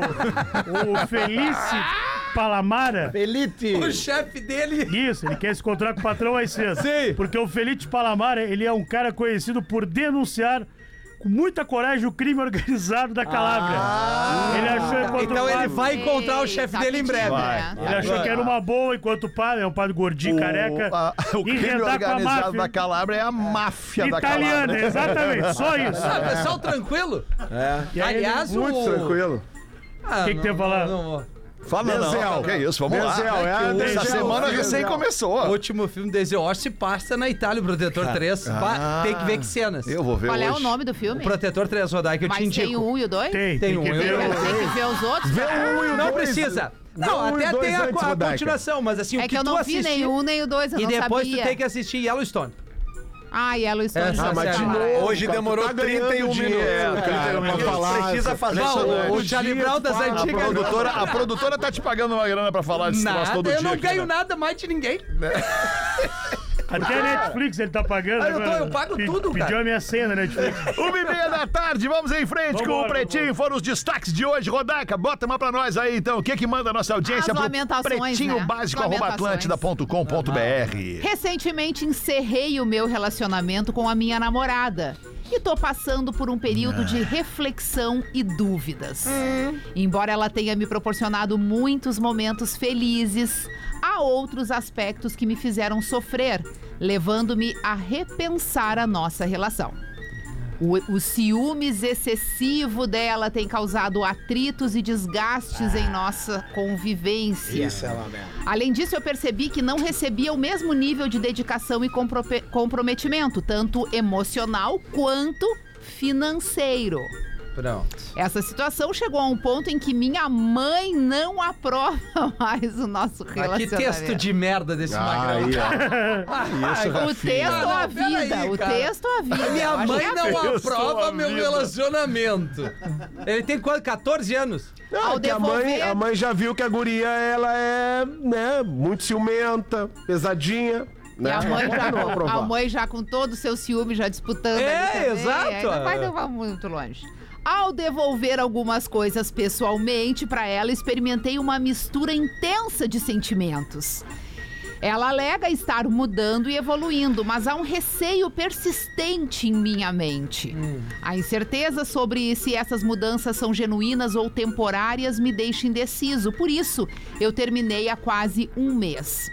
Speaker 4: o, o Felice Palamara.
Speaker 9: Elite.
Speaker 7: O
Speaker 4: [laughs]
Speaker 7: chefe dele.
Speaker 4: Isso, ele quer se encontrar com o patrão mais cedo.
Speaker 7: Sim.
Speaker 4: Porque o Felipe Palamara, ele é um cara conhecido por denunciar com muita coragem o crime organizado da Calabria. ele achou enquanto
Speaker 7: Ah. Então
Speaker 4: o
Speaker 7: ele
Speaker 4: padre-
Speaker 7: vai encontrar o
Speaker 8: Ei,
Speaker 7: chefe
Speaker 8: tá
Speaker 7: dele em
Speaker 8: pedindo,
Speaker 7: breve.
Speaker 8: né?
Speaker 4: Ele achou que era uma boa enquanto o padre, é um padre gordinho, careca.
Speaker 5: O, a- o crime
Speaker 4: enredar um com a
Speaker 5: organizado
Speaker 4: máfia
Speaker 5: da Calabria é a máfia da
Speaker 4: Italiana,
Speaker 5: Calabria.
Speaker 4: exatamente, só
Speaker 7: Ah,
Speaker 4: isso. É.
Speaker 7: pessoal tranquilo?
Speaker 4: E aí ele-
Speaker 7: Aliás, o...
Speaker 9: Muito tranquilo.
Speaker 7: Ah,
Speaker 4: Que que
Speaker 7: não,
Speaker 4: tem pra falar?
Speaker 7: não, não, não.
Speaker 5: Fala não,
Speaker 9: Denzel.
Speaker 5: não, que isso, vamos
Speaker 9: Denzel,
Speaker 5: lá.
Speaker 9: é a
Speaker 5: Essa
Speaker 9: Denzel,
Speaker 5: semana
Speaker 9: Denzel.
Speaker 5: recém
Speaker 7: O
Speaker 5: começou.
Speaker 7: último filme de Ezio se passa na Itália, o Protetor 3. Ba- tem que ver que cenas.
Speaker 5: Eu vou ver
Speaker 8: Qual
Speaker 5: hoje.
Speaker 8: é o nome do filme?
Speaker 7: Protetor 3, Rodai, que eu te
Speaker 8: Mas tem
Speaker 7: indico.
Speaker 8: o 1 e o 2?
Speaker 4: Tem,
Speaker 7: Tem
Speaker 4: tem,
Speaker 7: um,
Speaker 4: que
Speaker 7: eu-
Speaker 4: ver.
Speaker 8: Tem que ver os outros?
Speaker 9: Vê o um e o
Speaker 7: Não
Speaker 9: dois.
Speaker 7: precisa. Não,
Speaker 9: Não, um e
Speaker 7: até
Speaker 9: dois
Speaker 7: tem a,
Speaker 9: antes,
Speaker 7: a
Speaker 9: Rodaica.
Speaker 7: continuação, mas assim, o
Speaker 8: É
Speaker 7: que,
Speaker 8: que eu
Speaker 7: tu
Speaker 8: não vi
Speaker 7: assistiu...
Speaker 8: nem o um nem o dois, eu
Speaker 7: E
Speaker 8: não
Speaker 7: depois
Speaker 8: sabia.
Speaker 7: tu tem que assistir Yellowstone.
Speaker 8: Ah, e a Luiz
Speaker 7: É,
Speaker 8: Fonsi
Speaker 7: ah, mas
Speaker 8: tá
Speaker 7: de
Speaker 8: lá.
Speaker 7: novo.
Speaker 6: Hoje
Speaker 9: Cara,
Speaker 6: demorou
Speaker 9: tu tá ganhando
Speaker 6: 31
Speaker 9: dinheiro,
Speaker 6: minutos.
Speaker 9: cara, uma falácia.
Speaker 6: precisa fazer
Speaker 7: Não, o, o
Speaker 5: impressionante.
Speaker 7: Charlie Brown das
Speaker 5: A
Speaker 7: antigas.
Speaker 5: produtora, a produtora tá te pagando uma grana pra falar desse troço
Speaker 7: Nada,
Speaker 5: todo
Speaker 7: eu
Speaker 5: dia
Speaker 7: não
Speaker 5: aqui,
Speaker 7: ganho
Speaker 5: né?
Speaker 7: nada mais de ninguém.
Speaker 4: Até a Netflix ele tá pagando.
Speaker 7: Ah, eu tô-
Speaker 4: agora.
Speaker 7: eu pago
Speaker 4: Pe-
Speaker 7: tudo,
Speaker 4: Pediu
Speaker 7: cara.
Speaker 4: a minha cena, Netflix.
Speaker 7: [laughs]
Speaker 5: Uma e meia da tarde, vamos em frente com o
Speaker 4: Vambora,
Speaker 5: Pretinho. Foram os destaques de hoje. Rodaica, bota uma pra nós aí, então. O que que manda a nossa audiência
Speaker 8: As
Speaker 5: pro
Speaker 8: lamentações,
Speaker 5: pretinho
Speaker 8: né?
Speaker 5: básico
Speaker 8: Lamentações.
Speaker 5: atlântida.com.br
Speaker 8: Recentemente encerrei o meu relacionamento com a minha namorada e tô passando por um período de reflexão e dúvidas. Embora ela tenha me proporcionado muitos momentos felizes, há outros aspectos que me fizeram sofrer, levando-me a repensar a nossa relação. O, o ciúmes excessivo dela tem causado atritos e desgastes em nossa convivência. Além disso, eu percebi que não recebia o mesmo nível de dedicação e comprope- comprometimento, tanto emocional quanto financeiro.
Speaker 7: Pronto.
Speaker 8: Essa situação chegou a um ponto em que minha mãe não [laughs] aprova mais o nosso
Speaker 7: Ah, que
Speaker 8: relacionamento.
Speaker 7: texto de merda desse magrão.
Speaker 5: Isso,
Speaker 8: O texto ou a
Speaker 7: Não, peraí,
Speaker 8: vida, o
Speaker 7: cara.
Speaker 8: texto ou a vida. Eu
Speaker 7: Minha
Speaker 8: acho que é
Speaker 7: mãe
Speaker 8: a
Speaker 7: não
Speaker 5: Eu sou um
Speaker 7: aprova
Speaker 5: a
Speaker 7: meu
Speaker 5: vida.
Speaker 7: relacionamento. Ele tem quanto? 14 anos?
Speaker 9: Não,
Speaker 8: Ao
Speaker 9: é que a mãe,
Speaker 8: devolver-
Speaker 9: a mãe já viu que a guria, ela é, né, muito ciumenta, pesadinha.
Speaker 8: E
Speaker 9: Né?
Speaker 8: a mãe, já,
Speaker 9: [laughs] Não
Speaker 8: com,
Speaker 9: aprovar.
Speaker 8: a mãe já com todo o seu ciúme, já disputando.
Speaker 7: É,
Speaker 8: ali também,
Speaker 7: exato.
Speaker 8: aí Não vai levar muito longe. Ao devolver algumas coisas pessoalmente para ela, experimentei uma mistura intensa de sentimentos. Ela alega estar mudando e evoluindo, mas há um receio persistente em minha mente. A incerteza sobre se essas mudanças são genuínas ou temporárias me deixa indeciso. Por isso, eu terminei há quase um mês.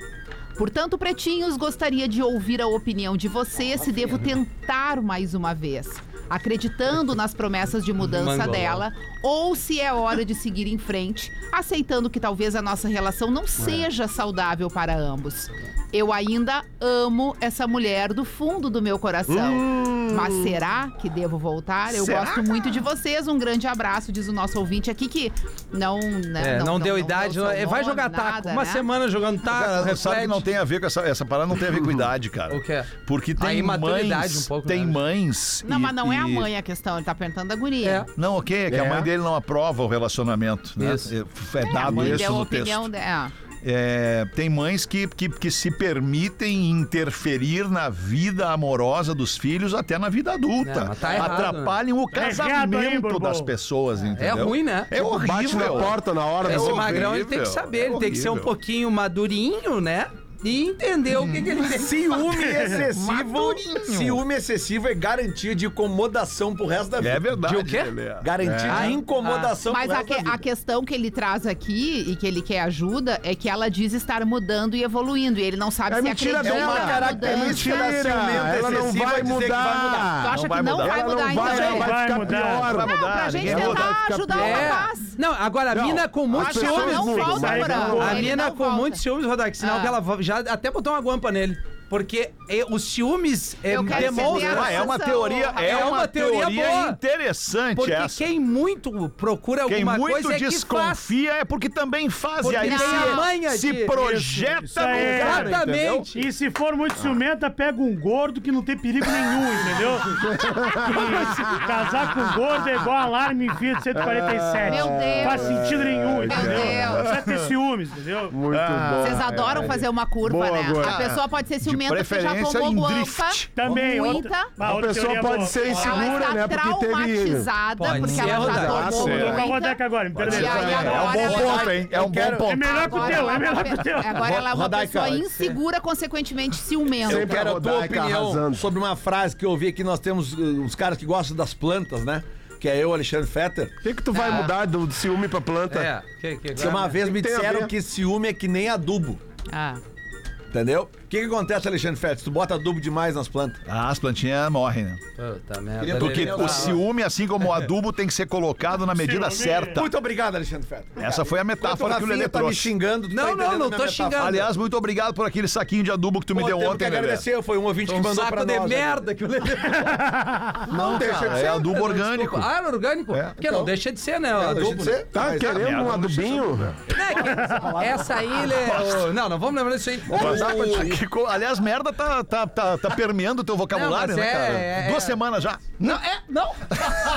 Speaker 8: Portanto, pretinhos, gostaria de ouvir a opinião de vocês se devo tentar mais uma vez, acreditando nas promessas de mudança
Speaker 7: Mangolão.
Speaker 8: dela, ou se é hora de seguir em frente, aceitando que talvez a nossa relação
Speaker 7: É.
Speaker 8: não seja saudável para ambos. Eu ainda amo essa mulher do fundo do meu coração.
Speaker 7: Hum.
Speaker 8: Mas será que devo voltar? Eu gosto muito de vocês. Um grande abraço, diz o nosso ouvinte aqui que não. né,
Speaker 7: É, não, deu idade.
Speaker 8: deu
Speaker 7: não-
Speaker 8: seu
Speaker 7: vai
Speaker 8: nome,
Speaker 7: jogar taco.
Speaker 8: nada,
Speaker 7: Uma
Speaker 8: né?
Speaker 7: semana jogando taco,
Speaker 5: Cara,
Speaker 7: reflete.
Speaker 5: sabe que não tem a ver com essa, essa parada, não tem a ver com idade, cara.
Speaker 7: Ah, [laughs] O quê?
Speaker 5: Porque
Speaker 7: A
Speaker 5: tem
Speaker 7: imaturidade
Speaker 5: mães,
Speaker 7: um pouco,
Speaker 5: tem
Speaker 7: né?
Speaker 5: mães...
Speaker 8: Não,
Speaker 5: e-
Speaker 8: mas não é a
Speaker 5: e-
Speaker 8: mãe a questão, ele tá perguntando a guria.
Speaker 7: É.
Speaker 5: Não, ok, é que a
Speaker 9: É.
Speaker 5: mãe dele não aprova o relacionamento, né?
Speaker 7: Isso.
Speaker 5: É, é
Speaker 8: a
Speaker 5: dado
Speaker 8: mãe
Speaker 5: isso
Speaker 8: deu a
Speaker 5: no texto.
Speaker 8: opinião dela.
Speaker 5: é, tem mães que, que, que se permitem interferir na vida amorosa dos filhos até na vida adulta.
Speaker 7: Não, mas tá errado,
Speaker 5: Atrapalham o
Speaker 4: Tá errado
Speaker 5: casamento
Speaker 4: aí, Borbão.
Speaker 5: das pessoas,
Speaker 7: É
Speaker 5: entendeu?
Speaker 7: ruim, né?
Speaker 5: É horrível.
Speaker 9: Bate na porta na hora
Speaker 7: Esse
Speaker 5: horrível,
Speaker 7: magrão ele tem que saber, ele tem que ser um
Speaker 5: horrível.
Speaker 7: pouquinho madurinho, né? E entender o que, que ele tem.
Speaker 6: Ciúme excessivo.
Speaker 5: Madurinho.
Speaker 6: Ciúme excessivo é garantia de incomodação pro resto da vida.
Speaker 5: É verdade.
Speaker 7: De o quê?
Speaker 5: Lelê.
Speaker 6: Garantia
Speaker 7: É.
Speaker 6: de incomodação
Speaker 5: Então,
Speaker 8: Ah, Mas
Speaker 6: pro
Speaker 8: a,
Speaker 6: resto da
Speaker 8: que-
Speaker 6: vida.
Speaker 8: a questão que ele traz aqui e que ele quer ajuda é que ela diz estar mudando e evoluindo. E ele não sabe
Speaker 9: É
Speaker 8: se
Speaker 9: mentira
Speaker 8: acredita
Speaker 9: dela.
Speaker 8: na
Speaker 9: É
Speaker 8: mudança.
Speaker 9: mentira, ela não
Speaker 6: excessiva
Speaker 9: vai
Speaker 6: dizer que vai mudar.
Speaker 8: Tu
Speaker 9: mudar.
Speaker 8: acha que não vai
Speaker 9: Ela
Speaker 8: mudar,
Speaker 9: não
Speaker 8: então?
Speaker 9: vai, ela
Speaker 8: gente?
Speaker 4: vai
Speaker 9: vai ficar
Speaker 4: mudar.
Speaker 9: pior.
Speaker 5: Vai
Speaker 8: Não,
Speaker 5: mudar,
Speaker 8: pra gente
Speaker 5: ninguém
Speaker 9: vai mudar,
Speaker 8: tentar
Speaker 9: fica
Speaker 8: ajudar o
Speaker 7: É.
Speaker 8: rapaz.
Speaker 7: Não, agora a
Speaker 9: Não,
Speaker 7: mina com
Speaker 9: as
Speaker 7: muitos
Speaker 9: pessoas
Speaker 7: ciúmes.
Speaker 8: não
Speaker 9: mudam.
Speaker 8: volta,
Speaker 9: Vai,
Speaker 8: Porã.
Speaker 9: não.
Speaker 7: A
Speaker 8: Ele
Speaker 7: mina
Speaker 8: não
Speaker 7: com
Speaker 8: volta.
Speaker 7: muitos ciúmes, Rodak, sinal
Speaker 8: Ah.
Speaker 7: que ela va- já até botou uma guampa nele. Porque eh, os ciúmes eh,
Speaker 8: Eu quero ser
Speaker 7: demonstram.
Speaker 8: minha-
Speaker 5: Ah, é uma
Speaker 8: Sensação,
Speaker 5: teoria,
Speaker 8: rapaz.
Speaker 5: é uma teoria,
Speaker 7: boa.
Speaker 5: interessante
Speaker 7: Porque
Speaker 5: essa.
Speaker 7: quem muito procura
Speaker 5: Quem
Speaker 7: alguma
Speaker 5: muito
Speaker 7: coisa é que faz.
Speaker 5: desconfia é porque também faz
Speaker 7: Porque
Speaker 5: e aí
Speaker 7: tem
Speaker 5: se,
Speaker 7: a manha
Speaker 5: se
Speaker 7: de-
Speaker 5: projeta
Speaker 4: Isso, isso é-
Speaker 5: no cara, entendeu?
Speaker 7: Exatamente.
Speaker 4: E se for
Speaker 9: Ah.
Speaker 4: muito ciumenta, pega um gordo que não tem perigo nenhum, entendeu?
Speaker 9: [laughs]
Speaker 4: Que casar com gordo é igual alarme em Fiat 147.
Speaker 8: Ah, Meu Deus.
Speaker 4: Faz sentido nenhum, entendeu?
Speaker 8: Deus.
Speaker 4: Não precisa ter ciúmes, entendeu?
Speaker 9: Muito bom.
Speaker 8: Vocês adoram fazer uma curva,
Speaker 9: Boa,
Speaker 8: né?
Speaker 9: boa.
Speaker 8: A pessoa pode ser ciumenta porque já
Speaker 5: preferência
Speaker 8: tomou
Speaker 5: em
Speaker 8: guampa.
Speaker 5: drift.
Speaker 4: Também. é
Speaker 8: Muita.
Speaker 4: mas
Speaker 9: A pessoa
Speaker 4: teoria
Speaker 9: pode
Speaker 4: boa.
Speaker 9: ser
Speaker 8: Ela
Speaker 9: insegura, né?
Speaker 8: está
Speaker 9: Porque teve.
Speaker 8: traumatizada
Speaker 7: Pode
Speaker 8: porque
Speaker 7: ser,
Speaker 8: ela já
Speaker 7: Rodak.
Speaker 8: tomou
Speaker 9: Pode
Speaker 4: Vou
Speaker 9: ser.
Speaker 4: com a
Speaker 8: muita.
Speaker 4: Rodak agora, me
Speaker 8: E
Speaker 4: perdoe.
Speaker 8: aí
Speaker 5: É um
Speaker 8: agora
Speaker 5: bom
Speaker 8: ela-
Speaker 5: ponto, hein? É um bom
Speaker 6: quero-
Speaker 5: ponto.
Speaker 4: É melhor que o
Speaker 8: Agora
Speaker 4: teu,
Speaker 8: ela
Speaker 4: é
Speaker 8: é uma
Speaker 4: melhor que o
Speaker 8: pe-
Speaker 4: teu.
Speaker 8: Agora ela é uma
Speaker 6: Rodaica,
Speaker 8: pessoa
Speaker 6: pode ser.
Speaker 8: insegura, consequentemente ciumenta.
Speaker 6: Eu quero a tua
Speaker 9: Rodaica
Speaker 6: opinião
Speaker 9: arrasando.
Speaker 6: sobre uma frase que eu ouvi aqui. Nós temos uh, os caras que gostam das plantas, né? Que é eu, Alexandre Fetter.
Speaker 9: O que, que tu vai mudar do ciúme pra planta?
Speaker 7: É, que, que,
Speaker 6: Que uma vez me
Speaker 9: tem a
Speaker 6: disseram
Speaker 9: ver.
Speaker 6: que ciúme é que nem adubo.
Speaker 8: Ah.
Speaker 6: Entendeu? O que, que acontece, Alexandre Fetter? Se tu bota adubo demais nas plantas.
Speaker 5: Ah, as plantinhas morrem, né?
Speaker 7: Puta merda.
Speaker 6: Queria-
Speaker 5: Porque
Speaker 7: Lelê.
Speaker 5: o ciúme, assim como o adubo, tem que ser colocado na medida
Speaker 4: Ciúme.
Speaker 5: certa.
Speaker 6: Muito obrigado, Alexandre Fetter.
Speaker 5: Essa foi a
Speaker 6: Enquanto
Speaker 5: metáfora que o
Speaker 6: Rafinha
Speaker 5: Lelê
Speaker 6: tá me
Speaker 5: trouxe.
Speaker 6: xingando. tu tá
Speaker 7: Não, não,
Speaker 6: entendendo
Speaker 7: não
Speaker 6: a
Speaker 7: tô
Speaker 6: minha metáfora.
Speaker 7: xingando.
Speaker 5: Aliás, muito obrigado por aquele saquinho de adubo que tu me
Speaker 6: Pô,
Speaker 5: deu
Speaker 6: temos
Speaker 5: ontem,
Speaker 6: que
Speaker 5: Lelê.
Speaker 6: agradecer, foi um ouvinte que
Speaker 7: Um
Speaker 6: mandou
Speaker 7: saco
Speaker 6: pra
Speaker 7: de
Speaker 6: nós. né?
Speaker 7: merda que o Lelê.
Speaker 6: Não deixa de
Speaker 5: É
Speaker 6: ser.
Speaker 5: adubo orgânico.
Speaker 7: Ah, era orgânico?
Speaker 5: É.
Speaker 7: Porque não deixa de ser, né? o
Speaker 6: Não É, deixa
Speaker 7: adubo.
Speaker 6: de ser.
Speaker 9: Tá
Speaker 6: Mas- é,
Speaker 9: querendo um adubinho?
Speaker 7: Né, que- Essa aí, ele é- Não, não vamos lembrar disso aí.
Speaker 5: Mas, ah, que co- aliás, merda tá, tá, tá, tá permeando o teu vocabulário,
Speaker 7: Não, mas
Speaker 5: né,
Speaker 7: é-
Speaker 5: cara?
Speaker 7: é-
Speaker 5: Duas
Speaker 7: é.
Speaker 5: semanas já.
Speaker 7: Não, é, não.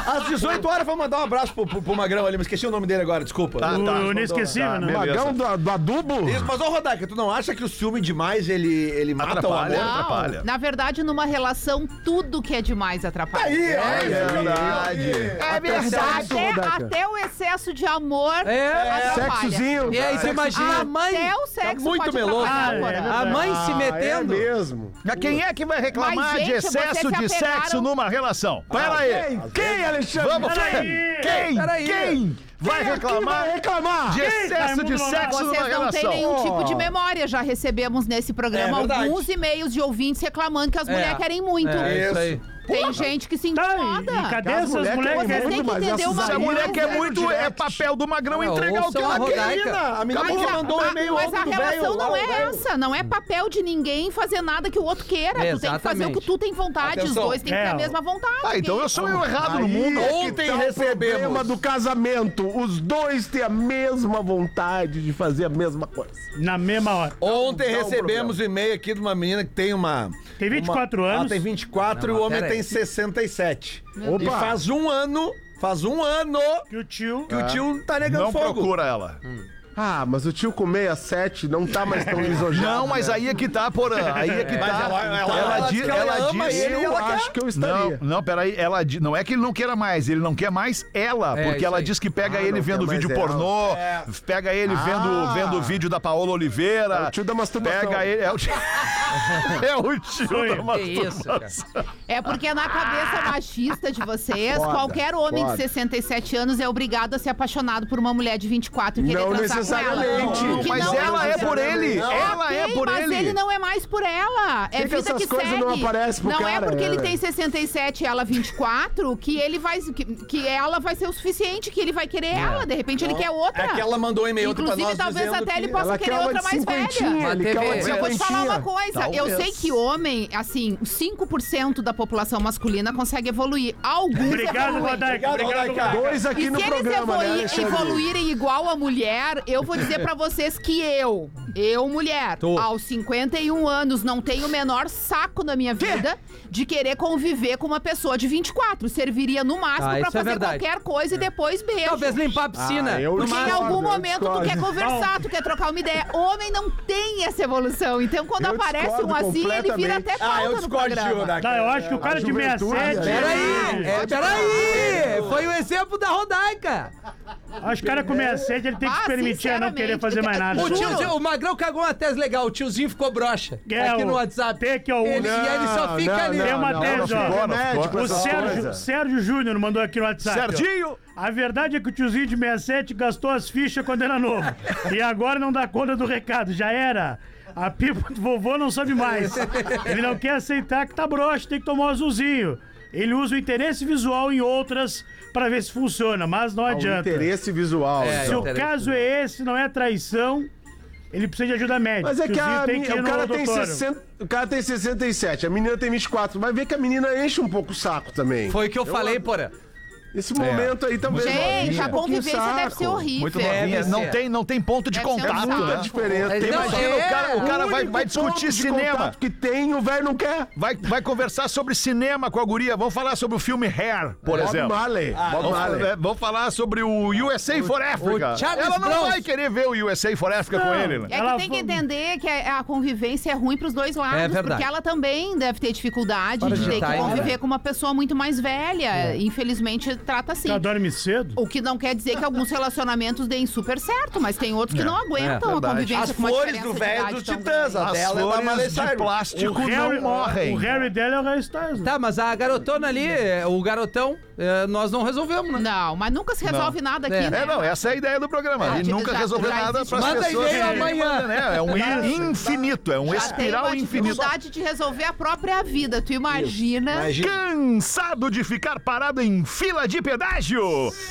Speaker 6: Às 18 horas, vamos mandar um abraço pro, pro, pro Magrão ali, mas esqueci o nome dele agora, desculpa.
Speaker 5: Tá,
Speaker 4: O
Speaker 5: tá.
Speaker 4: inesquecível,
Speaker 5: Tá,
Speaker 4: né?
Speaker 5: beleza.
Speaker 9: Bagão do, do adubo?
Speaker 6: Isso, mas ô Rodaica, tu não acha que o ciúme demais ele, ele mata o
Speaker 5: Atrapalha.
Speaker 6: amor?
Speaker 8: Não,
Speaker 5: atrapalha.
Speaker 8: na verdade, numa relação, tudo que é demais atrapalha.
Speaker 6: Aí, aí,
Speaker 5: É verdade.
Speaker 8: É
Speaker 9: verdade.
Speaker 8: Até,
Speaker 9: Rodaca.
Speaker 8: até o excesso de amor
Speaker 7: É.
Speaker 8: atrapalha.
Speaker 9: Sexozinho.
Speaker 7: E aí, você
Speaker 8: ah,
Speaker 7: imagina a mãe. tá
Speaker 8: Até o sexo
Speaker 6: muito
Speaker 8: pode
Speaker 6: meloso.
Speaker 8: atrapalhar,
Speaker 4: Ah, é
Speaker 8: Porã.
Speaker 4: verdade.
Speaker 7: A mãe se
Speaker 9: Ah, É
Speaker 7: metendo.
Speaker 9: mesmo.
Speaker 5: Mas quem é que vai reclamar
Speaker 8: Mas,
Speaker 5: de
Speaker 8: gente,
Speaker 5: excesso
Speaker 8: vocês se
Speaker 5: de
Speaker 8: apegaram-
Speaker 5: sexo numa relação? Pera aí.
Speaker 9: Quem, Alexandre?
Speaker 5: Vamos,
Speaker 4: Tá Peraí.
Speaker 5: quem?
Speaker 7: Peraí.
Speaker 5: Quem? Quem vai reclamar
Speaker 9: reclamar?
Speaker 5: de excesso de
Speaker 4: Raimundo
Speaker 5: sexo numa
Speaker 8: Vocês não têm nenhum
Speaker 5: relação?
Speaker 8: tipo de memória. Já recebemos nesse
Speaker 6: É
Speaker 8: programa
Speaker 6: verdade.
Speaker 8: alguns e-mails de ouvintes reclamando que as mulheres querem muito.
Speaker 7: É, isso aí.
Speaker 8: Tem gente que se
Speaker 4: Tá, e, e
Speaker 8: incomoda.
Speaker 4: cadê essas
Speaker 9: mulher que
Speaker 4: mulheres?
Speaker 9: é
Speaker 4: que-
Speaker 8: Vocês têm que
Speaker 9: muito, mas
Speaker 8: entender
Speaker 9: essas
Speaker 8: uma
Speaker 5: Se
Speaker 9: aí-
Speaker 5: a
Speaker 8: coisa.
Speaker 5: mulher quer muito, é papel do magrão
Speaker 7: Não,
Speaker 5: entregar o que
Speaker 7: ouçam a
Speaker 5: ela quer.
Speaker 7: Rodaica.
Speaker 6: A menina
Speaker 8: Mas
Speaker 6: que
Speaker 8: a,
Speaker 6: mandou
Speaker 8: a-
Speaker 6: um e-mail
Speaker 8: mas a
Speaker 6: ontem do velho,
Speaker 8: relação não
Speaker 6: lá,
Speaker 8: é
Speaker 6: o velho.
Speaker 8: essa, não é papel de ninguém fazer nada que o outro queira. Tu tem que fazer o
Speaker 7: Exatamente.
Speaker 8: que tu tem vontade,
Speaker 6: Atenção. Tá,
Speaker 8: os dois têm que ter
Speaker 4: É.
Speaker 8: a mesma vontade.
Speaker 5: Ah, então
Speaker 8: quem-
Speaker 5: eu sou o errado no
Speaker 9: Aí
Speaker 5: mundo.
Speaker 9: é que
Speaker 6: Ontem
Speaker 9: tá o
Speaker 6: recebemos.
Speaker 9: problema do casamento. Os dois têm a mesma vontade de fazer a mesma coisa.
Speaker 4: Na mesma hora.
Speaker 6: Ontem recebemos um e-mail aqui de uma menina que tem uma.
Speaker 4: Tem 24
Speaker 6: uma-
Speaker 4: anos.
Speaker 6: Ela tem 24
Speaker 7: Não,
Speaker 6: e o
Speaker 7: mas
Speaker 6: homem
Speaker 7: pera
Speaker 6: tem
Speaker 7: aí.
Speaker 6: 67.
Speaker 9: Opa.
Speaker 6: E faz um ano. Faz um ano
Speaker 4: Que o tio.
Speaker 6: que o tio tá negando
Speaker 5: Não
Speaker 6: fogo.
Speaker 5: procura ela.
Speaker 9: Ah, mas o tio com 67 não tá mais tão lisonjeado.
Speaker 5: Não, mas
Speaker 9: né?
Speaker 5: aí é que tá, Porã. Aí é que
Speaker 6: [laughs] Mas
Speaker 5: tá.
Speaker 6: ela- ela- ela
Speaker 5: di-
Speaker 6: diz que ela ama
Speaker 5: disse-
Speaker 6: ele e
Speaker 9: Eu
Speaker 6: ela quer.
Speaker 9: acho que eu
Speaker 5: Não,
Speaker 9: estaria.
Speaker 5: não, peraí, ela di- não é que ele não queira mais, ele não quer mais ela,
Speaker 7: É,
Speaker 5: porque
Speaker 7: isso
Speaker 5: ela
Speaker 7: aí.
Speaker 5: diz que pega
Speaker 9: Ah,
Speaker 5: ele
Speaker 9: não
Speaker 5: vendo
Speaker 9: quer mais
Speaker 5: vídeo
Speaker 9: ela.
Speaker 5: pornô,
Speaker 6: É.
Speaker 5: pega ele vendo
Speaker 9: Ah.
Speaker 5: vendo
Speaker 3: [laughs]
Speaker 5: o vídeo da Paola Oliveira.
Speaker 9: É o tio da masturbação.
Speaker 5: Pega ele, é o tio, é o tio
Speaker 4: Sonho.
Speaker 5: da
Speaker 7: Que isso,
Speaker 5: masturbação.
Speaker 7: cara.
Speaker 8: É porque na cabeça machista de vocês,
Speaker 9: Foda,
Speaker 8: qualquer homem
Speaker 9: foda.
Speaker 8: de 67 anos é obrigado a ser apaixonado por uma mulher de 24 e querer
Speaker 9: Não
Speaker 8: transar com ela.
Speaker 9: necessariamente.
Speaker 5: Não,
Speaker 8: Que
Speaker 5: mas
Speaker 8: não
Speaker 5: ela é por ele,
Speaker 8: necessariamente.
Speaker 5: ela
Speaker 8: Ok,
Speaker 5: é por
Speaker 8: mas
Speaker 5: ele.
Speaker 8: Mas ele não é mais por ela. É
Speaker 9: Por que que
Speaker 8: vida
Speaker 9: essas
Speaker 8: que
Speaker 9: coisas
Speaker 8: segue.
Speaker 9: não aparecem pro
Speaker 8: Não é
Speaker 9: cara,
Speaker 8: porque
Speaker 9: né,
Speaker 8: ele
Speaker 9: velho?
Speaker 8: tem 67 e ela 24 que ele vai que, que ela vai ser o suficiente, que ele vai querer
Speaker 9: É.
Speaker 8: ela. De repente ele quer outra.
Speaker 6: É que ela mandou um e-mail pra
Speaker 8: Inclusive,
Speaker 6: nós
Speaker 8: talvez
Speaker 6: dizendo
Speaker 8: até
Speaker 6: que...
Speaker 8: ele possa
Speaker 9: Ela
Speaker 8: querer
Speaker 9: quer uma
Speaker 8: outra
Speaker 9: de
Speaker 8: mais velha.
Speaker 9: cinquentinha. Ele
Speaker 7: Mas
Speaker 9: quer uma de
Speaker 7: teve-
Speaker 8: Eu vou te falar uma
Speaker 9: cinquentinha.
Speaker 8: coisa. Eu sei que homem, assim, 5% da população masculina consegue evoluir. Alguns
Speaker 4: Obrigado,
Speaker 8: evoluem.
Speaker 4: Rodaica.
Speaker 6: Obrigado,
Speaker 4: Obrigado,
Speaker 6: Rodaica.
Speaker 4: Rodaica.
Speaker 9: Dois
Speaker 8: E
Speaker 9: aqui
Speaker 8: se
Speaker 9: no
Speaker 8: eles
Speaker 9: programa, né,
Speaker 8: evoluí-
Speaker 9: Alexandre?
Speaker 8: evoluírem igual a mulher, eu eu vou dizer pra vocês que eu, eu mulher, aos 51 anos, não tenho o menor saco na minha vida de querer conviver com uma pessoa de 24. Serviria no máximo
Speaker 7: Ah,
Speaker 8: pra
Speaker 7: isso é
Speaker 8: fazer
Speaker 7: verdade.
Speaker 8: qualquer coisa e depois beijo.
Speaker 7: Talvez limpar a piscina.
Speaker 9: Ah, eu
Speaker 7: No
Speaker 8: Porque em
Speaker 7: máximo.
Speaker 8: algum
Speaker 9: discordo, eu
Speaker 8: momento tu
Speaker 9: discordo.
Speaker 8: quer conversar, tu quer trocar uma ideia. Homem não tem essa evolução. Então, quando
Speaker 9: Eu
Speaker 8: aparece
Speaker 9: discordo
Speaker 8: um assim, ele vira
Speaker 9: completamente.
Speaker 8: até pauta
Speaker 6: Ah,
Speaker 8: no programa.
Speaker 4: Não, eu acho que o cara de
Speaker 9: juventude,
Speaker 4: 67.
Speaker 9: né?
Speaker 7: Peraí, é, peraí! Foi o exemplo da Rodaica!
Speaker 4: Acho que o cara com 67 ele tem que
Speaker 8: Ah,
Speaker 4: se permitir a não
Speaker 8: sinceramente,
Speaker 4: querer fazer mais nada.
Speaker 7: O,
Speaker 8: Juro.
Speaker 7: tiozinho, o Magrão cagou uma tese legal, o tiozinho ficou broxa.
Speaker 4: É,
Speaker 7: aqui
Speaker 4: o-
Speaker 7: no WhatsApp.
Speaker 4: tem aqui, ó, o-
Speaker 7: ele, e ele só fica
Speaker 9: não,
Speaker 7: ali.
Speaker 9: não,
Speaker 4: Tem uma
Speaker 9: não,
Speaker 4: tese,
Speaker 9: não
Speaker 4: ó.
Speaker 9: ficou, não
Speaker 5: Remédio
Speaker 9: ficou
Speaker 5: pro
Speaker 4: O
Speaker 9: essas
Speaker 4: Sérgio,
Speaker 9: coisas.
Speaker 4: Sérgio Júnior mandou aqui no WhatsApp. ó.
Speaker 5: Serginho!
Speaker 4: A verdade é que o tiozinho de 67 gastou as fichas quando era novo. E agora não dá conta do recado, já era. A pipa do vovô não sobe mais. Ele não quer aceitar que tá broxa, tem que tomar o azulzinho. Ele usa o interesse visual em outras pra ver se funciona, mas não
Speaker 9: Um
Speaker 4: adianta.
Speaker 9: interesse visual.
Speaker 7: É,
Speaker 4: Se
Speaker 9: então.
Speaker 4: o caso é esse, não é traição, ele precisa de ajuda médica.
Speaker 9: Mas é que, a,
Speaker 4: Tiozinho tem
Speaker 9: mi-
Speaker 4: que ir
Speaker 9: o,
Speaker 4: no
Speaker 9: cara tem
Speaker 4: odontólogo.
Speaker 9: 60, o cara tem 67, a menina tem 24. Vai ver que a menina enche um pouco o saco também.
Speaker 7: Foi É. o que eu, falei, porra.
Speaker 9: Esse momento aí também.
Speaker 8: Gente, a
Speaker 9: Um pouquinho
Speaker 8: convivência deve
Speaker 9: saco. É
Speaker 8: ser horrível. É
Speaker 5: Muito
Speaker 7: Deve
Speaker 5: novinha.
Speaker 7: ser.
Speaker 5: Não tem, não tem ponto de
Speaker 8: Deve ser um
Speaker 5: contato,
Speaker 8: saco.
Speaker 5: né?
Speaker 9: Muita diferença. Tem
Speaker 7: Não,
Speaker 9: mais-
Speaker 7: é,
Speaker 5: o cara- o cara vai-
Speaker 9: único
Speaker 5: vai discutir
Speaker 9: ponto de
Speaker 5: cinema.
Speaker 9: contato que tem, o velho não quer.
Speaker 5: Vai, vai conversar sobre cinema com a guria. Vamos falar sobre o filme Hair, por
Speaker 9: Bob
Speaker 5: exemplo.
Speaker 9: Marley. Bob
Speaker 5: Vamos,
Speaker 9: Marley.
Speaker 5: é, vamos falar sobre o USA for Africa.
Speaker 7: Charles
Speaker 5: Ela não
Speaker 7: Bronson.
Speaker 5: vai querer ver o USA for Africa com
Speaker 4: Não.
Speaker 5: ele, né?
Speaker 8: É
Speaker 4: Ela
Speaker 8: que tem que
Speaker 4: vo-
Speaker 8: entender que a a convivência é ruim pros dois lados,
Speaker 7: É verdade.
Speaker 8: porque ela também deve ter dificuldade
Speaker 7: Para
Speaker 8: de
Speaker 7: de
Speaker 8: ter que
Speaker 7: time,
Speaker 8: conviver
Speaker 7: né?
Speaker 8: com uma pessoa muito mais velha.
Speaker 9: É.
Speaker 8: Infelizmente, trata assim.
Speaker 9: um-
Speaker 4: Ela dorme cedo?
Speaker 8: O que não quer dizer que alguns relacionamentos deem super certo, mas tem
Speaker 9: É.
Speaker 8: outros que não
Speaker 7: É
Speaker 8: aguentam a
Speaker 9: verdade.
Speaker 8: convivência
Speaker 6: As
Speaker 8: com uma
Speaker 6: flores do
Speaker 8: diferença de
Speaker 6: velho
Speaker 8: idade
Speaker 6: dos
Speaker 8: tão
Speaker 6: titãs,
Speaker 8: grande.
Speaker 6: a
Speaker 5: As
Speaker 6: dela é da Miley
Speaker 5: flores de
Speaker 6: Cyrus.
Speaker 5: plástico
Speaker 4: Harry-
Speaker 5: não morrem.
Speaker 4: O Harry dela é o Harry Styles. né?
Speaker 7: Tá, mas a garotona ali, é, o garotão, é, nós não resolvemos, né?
Speaker 8: Não, mas nunca se resolve nada aqui,
Speaker 7: É.
Speaker 8: né?
Speaker 5: É, não, essa é a ideia do programa.
Speaker 8: Ah,
Speaker 5: Ele nunca
Speaker 8: já-
Speaker 5: resolveu
Speaker 8: já
Speaker 5: nada
Speaker 8: existe.
Speaker 5: para as
Speaker 7: Manda
Speaker 5: pessoas.
Speaker 7: e-mail
Speaker 5: que ele
Speaker 7: amanhã.
Speaker 5: manda, né? É um infinito, é um
Speaker 8: Já tem
Speaker 5: espiral
Speaker 8: uma
Speaker 5: infinito.
Speaker 8: dificuldade de resolver a própria vida, tu imagina?
Speaker 5: Cansado de ficar parado em fila de pedágio?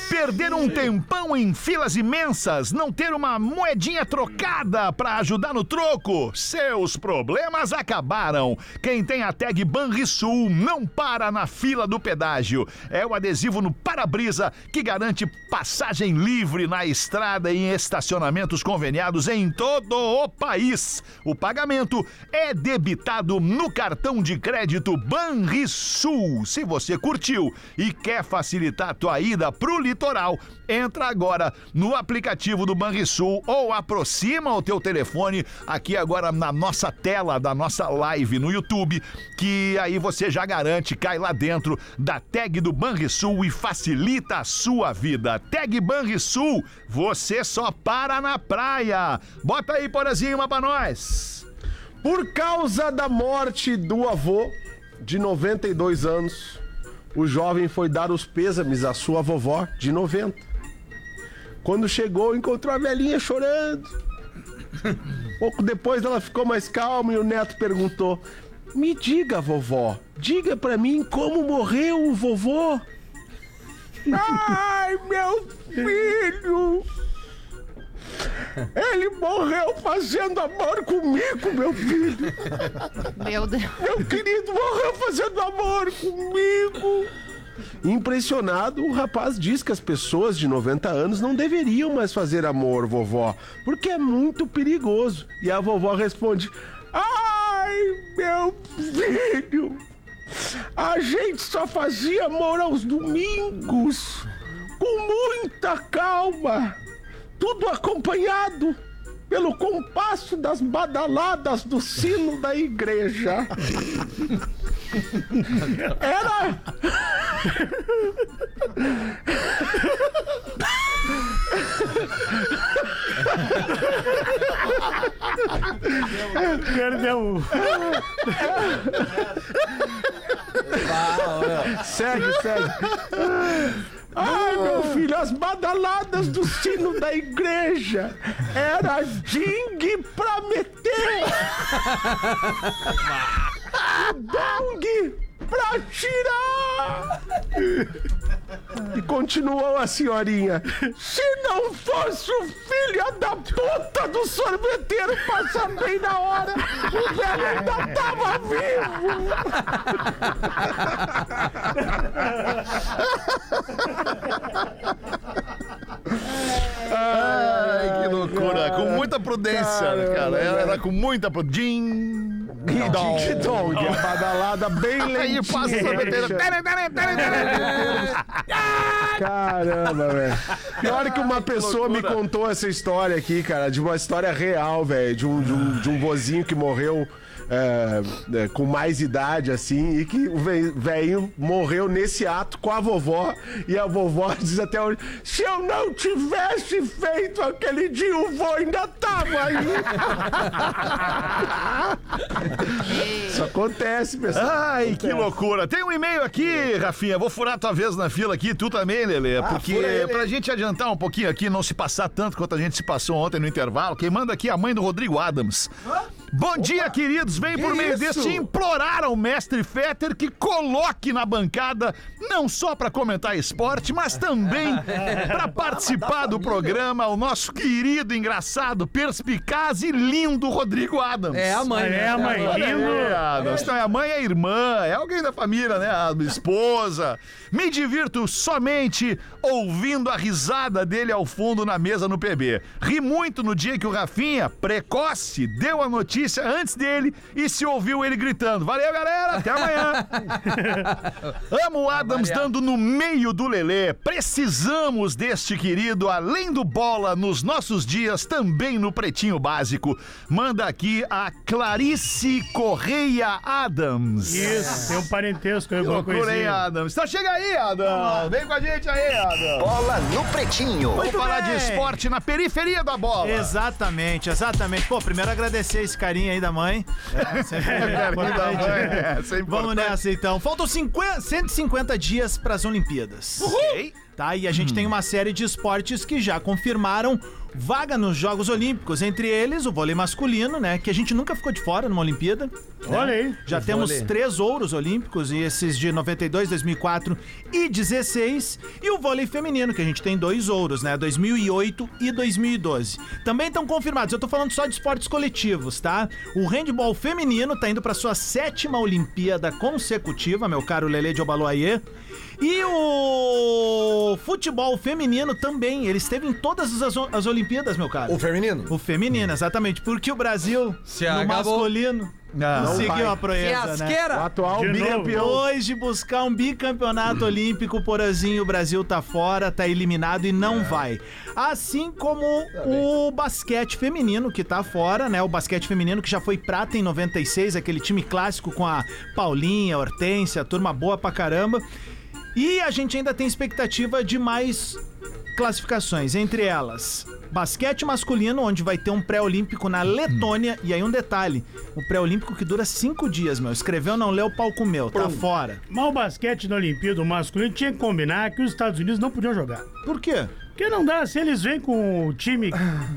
Speaker 5: Perder um tempão em filas imensas? Não ter uma moedinha trocada pra ajudar no troco? Seus problemas acabaram. Quem tem a tag Banrisul não para na fila do pedágio. É o adesivo no para-brisa que garante passagem livre na estrada e em estacionamentos conveniados em todo o país. O pagamento é debitado no cartão de crédito Banrisul. Se você curtiu e quer facilitar a tua ida pro litoral, entra agora no aplicativo do Banrisul ou aproxima o teu telefone aqui agora na nossa tela da nossa live no YouTube, que aí você já garante, cai lá dentro da tag do Banrisul e facilita a sua vida. Tag Banrisul, você só para na praia. Bota aí, porazinho, uma pra nós.
Speaker 9: Por causa da morte do avô, de 92 anos, o jovem foi dar os pêsames à sua vovó, de 90. Quando chegou, encontrou a velhinha [laughs] chorando. Pouco depois ela ficou mais calma e o neto perguntou: Me diga, vovó, diga pra mim como morreu o vovô? [laughs] Ai, meu filho! Ele morreu fazendo amor comigo, meu filho!
Speaker 8: Meu Deus.
Speaker 9: Meu querido morreu fazendo amor comigo. Impressionado, o rapaz diz que as pessoas de 90 anos não deveriam mais fazer amor, vovó, porque é muito perigoso. E a vovó responde: Ai, meu filho, a gente só fazia amor aos domingos, com muita calma, tudo acompanhado pelo compasso das badaladas do sino da igreja. Era.
Speaker 7: [laughs]
Speaker 4: Perdeu.
Speaker 9: Segue, segue. [laughs] Ai, meu filho, as badaladas do sino da igreja era ding pra meter. e dong pra tirar. E continuou a senhorinha. Se não fosse o filho da puta do sorveteiro passar bem na hora, o velho ainda tava vivo.
Speaker 5: Ai, que loucura. prudência, né, cara. Ela era com muita prudência. Jim. Dong.
Speaker 9: Dong, a é badalada bem
Speaker 5: Aí
Speaker 9: lentinha.
Speaker 5: passa essa bebedeira. Tere, tere, tere, tere.
Speaker 9: Caramba, velho. Pior é que uma pessoa me contou essa história aqui, cara, de uma história real, velho, de um, de, um, de um vozinho que morreu é, é, com mais idade, assim, e que o ve- velhinho morreu nesse ato com a vovó, e a vovó [laughs] diz até hoje, se eu não tivesse feito aquele dia, o vô ainda tava aí. Isso acontece, pessoal.
Speaker 5: Ai, que loucura. Tem um e-mail aqui, Rafinha. Vou furar tua vez na fila aqui, tu também, Lelê. porque pra gente adiantar um pouquinho aqui, não se passar tanto quanto a gente se passou ontem no intervalo, quem manda aqui é a mãe do Rodrigo Adams. Bom dia, queridos. Vem por meio deste implorar ao mestre Fetter que coloque na bancada não só pra comentar esporte, mas também pra participar do programa o nosso querido, engraçado, perspicaz e lindo Rodrigo Adams.
Speaker 7: É a mãe. né?
Speaker 4: É, mãe, lindo.
Speaker 5: É, Adams. Então é a mãe, é a irmã, é alguém da família, né? A esposa. Me divirto somente ouvindo a risada dele ao fundo na mesa no PB. Ri muito no dia que o Rafinha, precoce, deu a notícia antes dele e se ouviu ele gritando: Valeu, galera, até amanhã. Amo o Adams dando no meio do Lelê. Precisamos deste querido, além do bola, nos nossos dias, também no Pretinho Básico. Manda aqui a Clarice Correia Adams.
Speaker 4: Isso, tem um parentesco aí,
Speaker 5: Que
Speaker 4: alguma
Speaker 5: Loucura, hein,
Speaker 4: coisinha.
Speaker 5: Adams? Então chega aí, Adams. Vem com a gente aí, Adams.
Speaker 3: Bola no Pretinho.
Speaker 5: Vamos falar de
Speaker 10: bem.
Speaker 5: esporte na periferia da bola.
Speaker 10: Exatamente, exatamente. Pô, primeiro agradecer esse carinho aí da mãe. [laughs] É, sempre
Speaker 5: É,
Speaker 10: importante,
Speaker 5: da mãe,
Speaker 10: né?
Speaker 5: é, isso é
Speaker 10: Vamos
Speaker 5: importante.
Speaker 10: nessa então. Faltam 50, 150 dias para as Olimpíadas.
Speaker 5: Ok.
Speaker 10: Tá? E a gente tem uma série de esportes que já confirmaram vaga nos Jogos Olímpicos, entre eles o vôlei masculino, né? Que a gente nunca ficou de fora numa Olimpíada.
Speaker 4: Olha aí.
Speaker 10: Já temos três ouros olímpicos, e esses de 92, 2004 e 16. E o vôlei feminino, que a gente tem dois ouros, né? 2008 e 2012. Também estão confirmados. Eu tô falando só de esportes coletivos, tá? O handball feminino tá indo pra sua sétima Olimpíada consecutiva, meu caro Lele de Obaloaiê. E o futebol feminino também. Ele esteve em todas as, as Olimpíadas, meu caro.
Speaker 6: O feminino?
Speaker 10: O feminino, exatamente. Porque o Brasil,
Speaker 7: Se
Speaker 10: no
Speaker 7: acabou.
Speaker 10: masculino,
Speaker 5: Não,
Speaker 10: conseguiu a
Speaker 7: Que
Speaker 10: proeza, né?
Speaker 9: O
Speaker 7: É asqueira.
Speaker 9: atual
Speaker 4: De
Speaker 9: bicampeão.
Speaker 10: Depois de buscar um bicampeonato olímpico, Porazinho, o Brasil tá fora, tá eliminado e não vai. Assim como o basquete feminino que tá fora, né? O basquete feminino que já foi prata em 96, aquele time clássico com a Paulinha, a Hortência, turma boa pra caramba. E a gente ainda tem expectativa de mais classificações, entre elas basquete masculino, onde vai ter um pré-olímpico na Letônia. E aí um detalhe: o pré-olímpico que dura cinco dias, meu. Escreveu, não leu, o palco meu, tá fora.
Speaker 4: Mal basquete na Olimpíada, o masculino tinha que combinar que os Estados Unidos não podiam jogar.
Speaker 10: Por quê?
Speaker 4: Porque não dá, se eles vêm com o time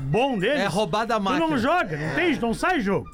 Speaker 4: bom deles.
Speaker 7: É roubada a
Speaker 4: Tu
Speaker 7: máquina. É.
Speaker 4: não joga, não tem, não sai jogo.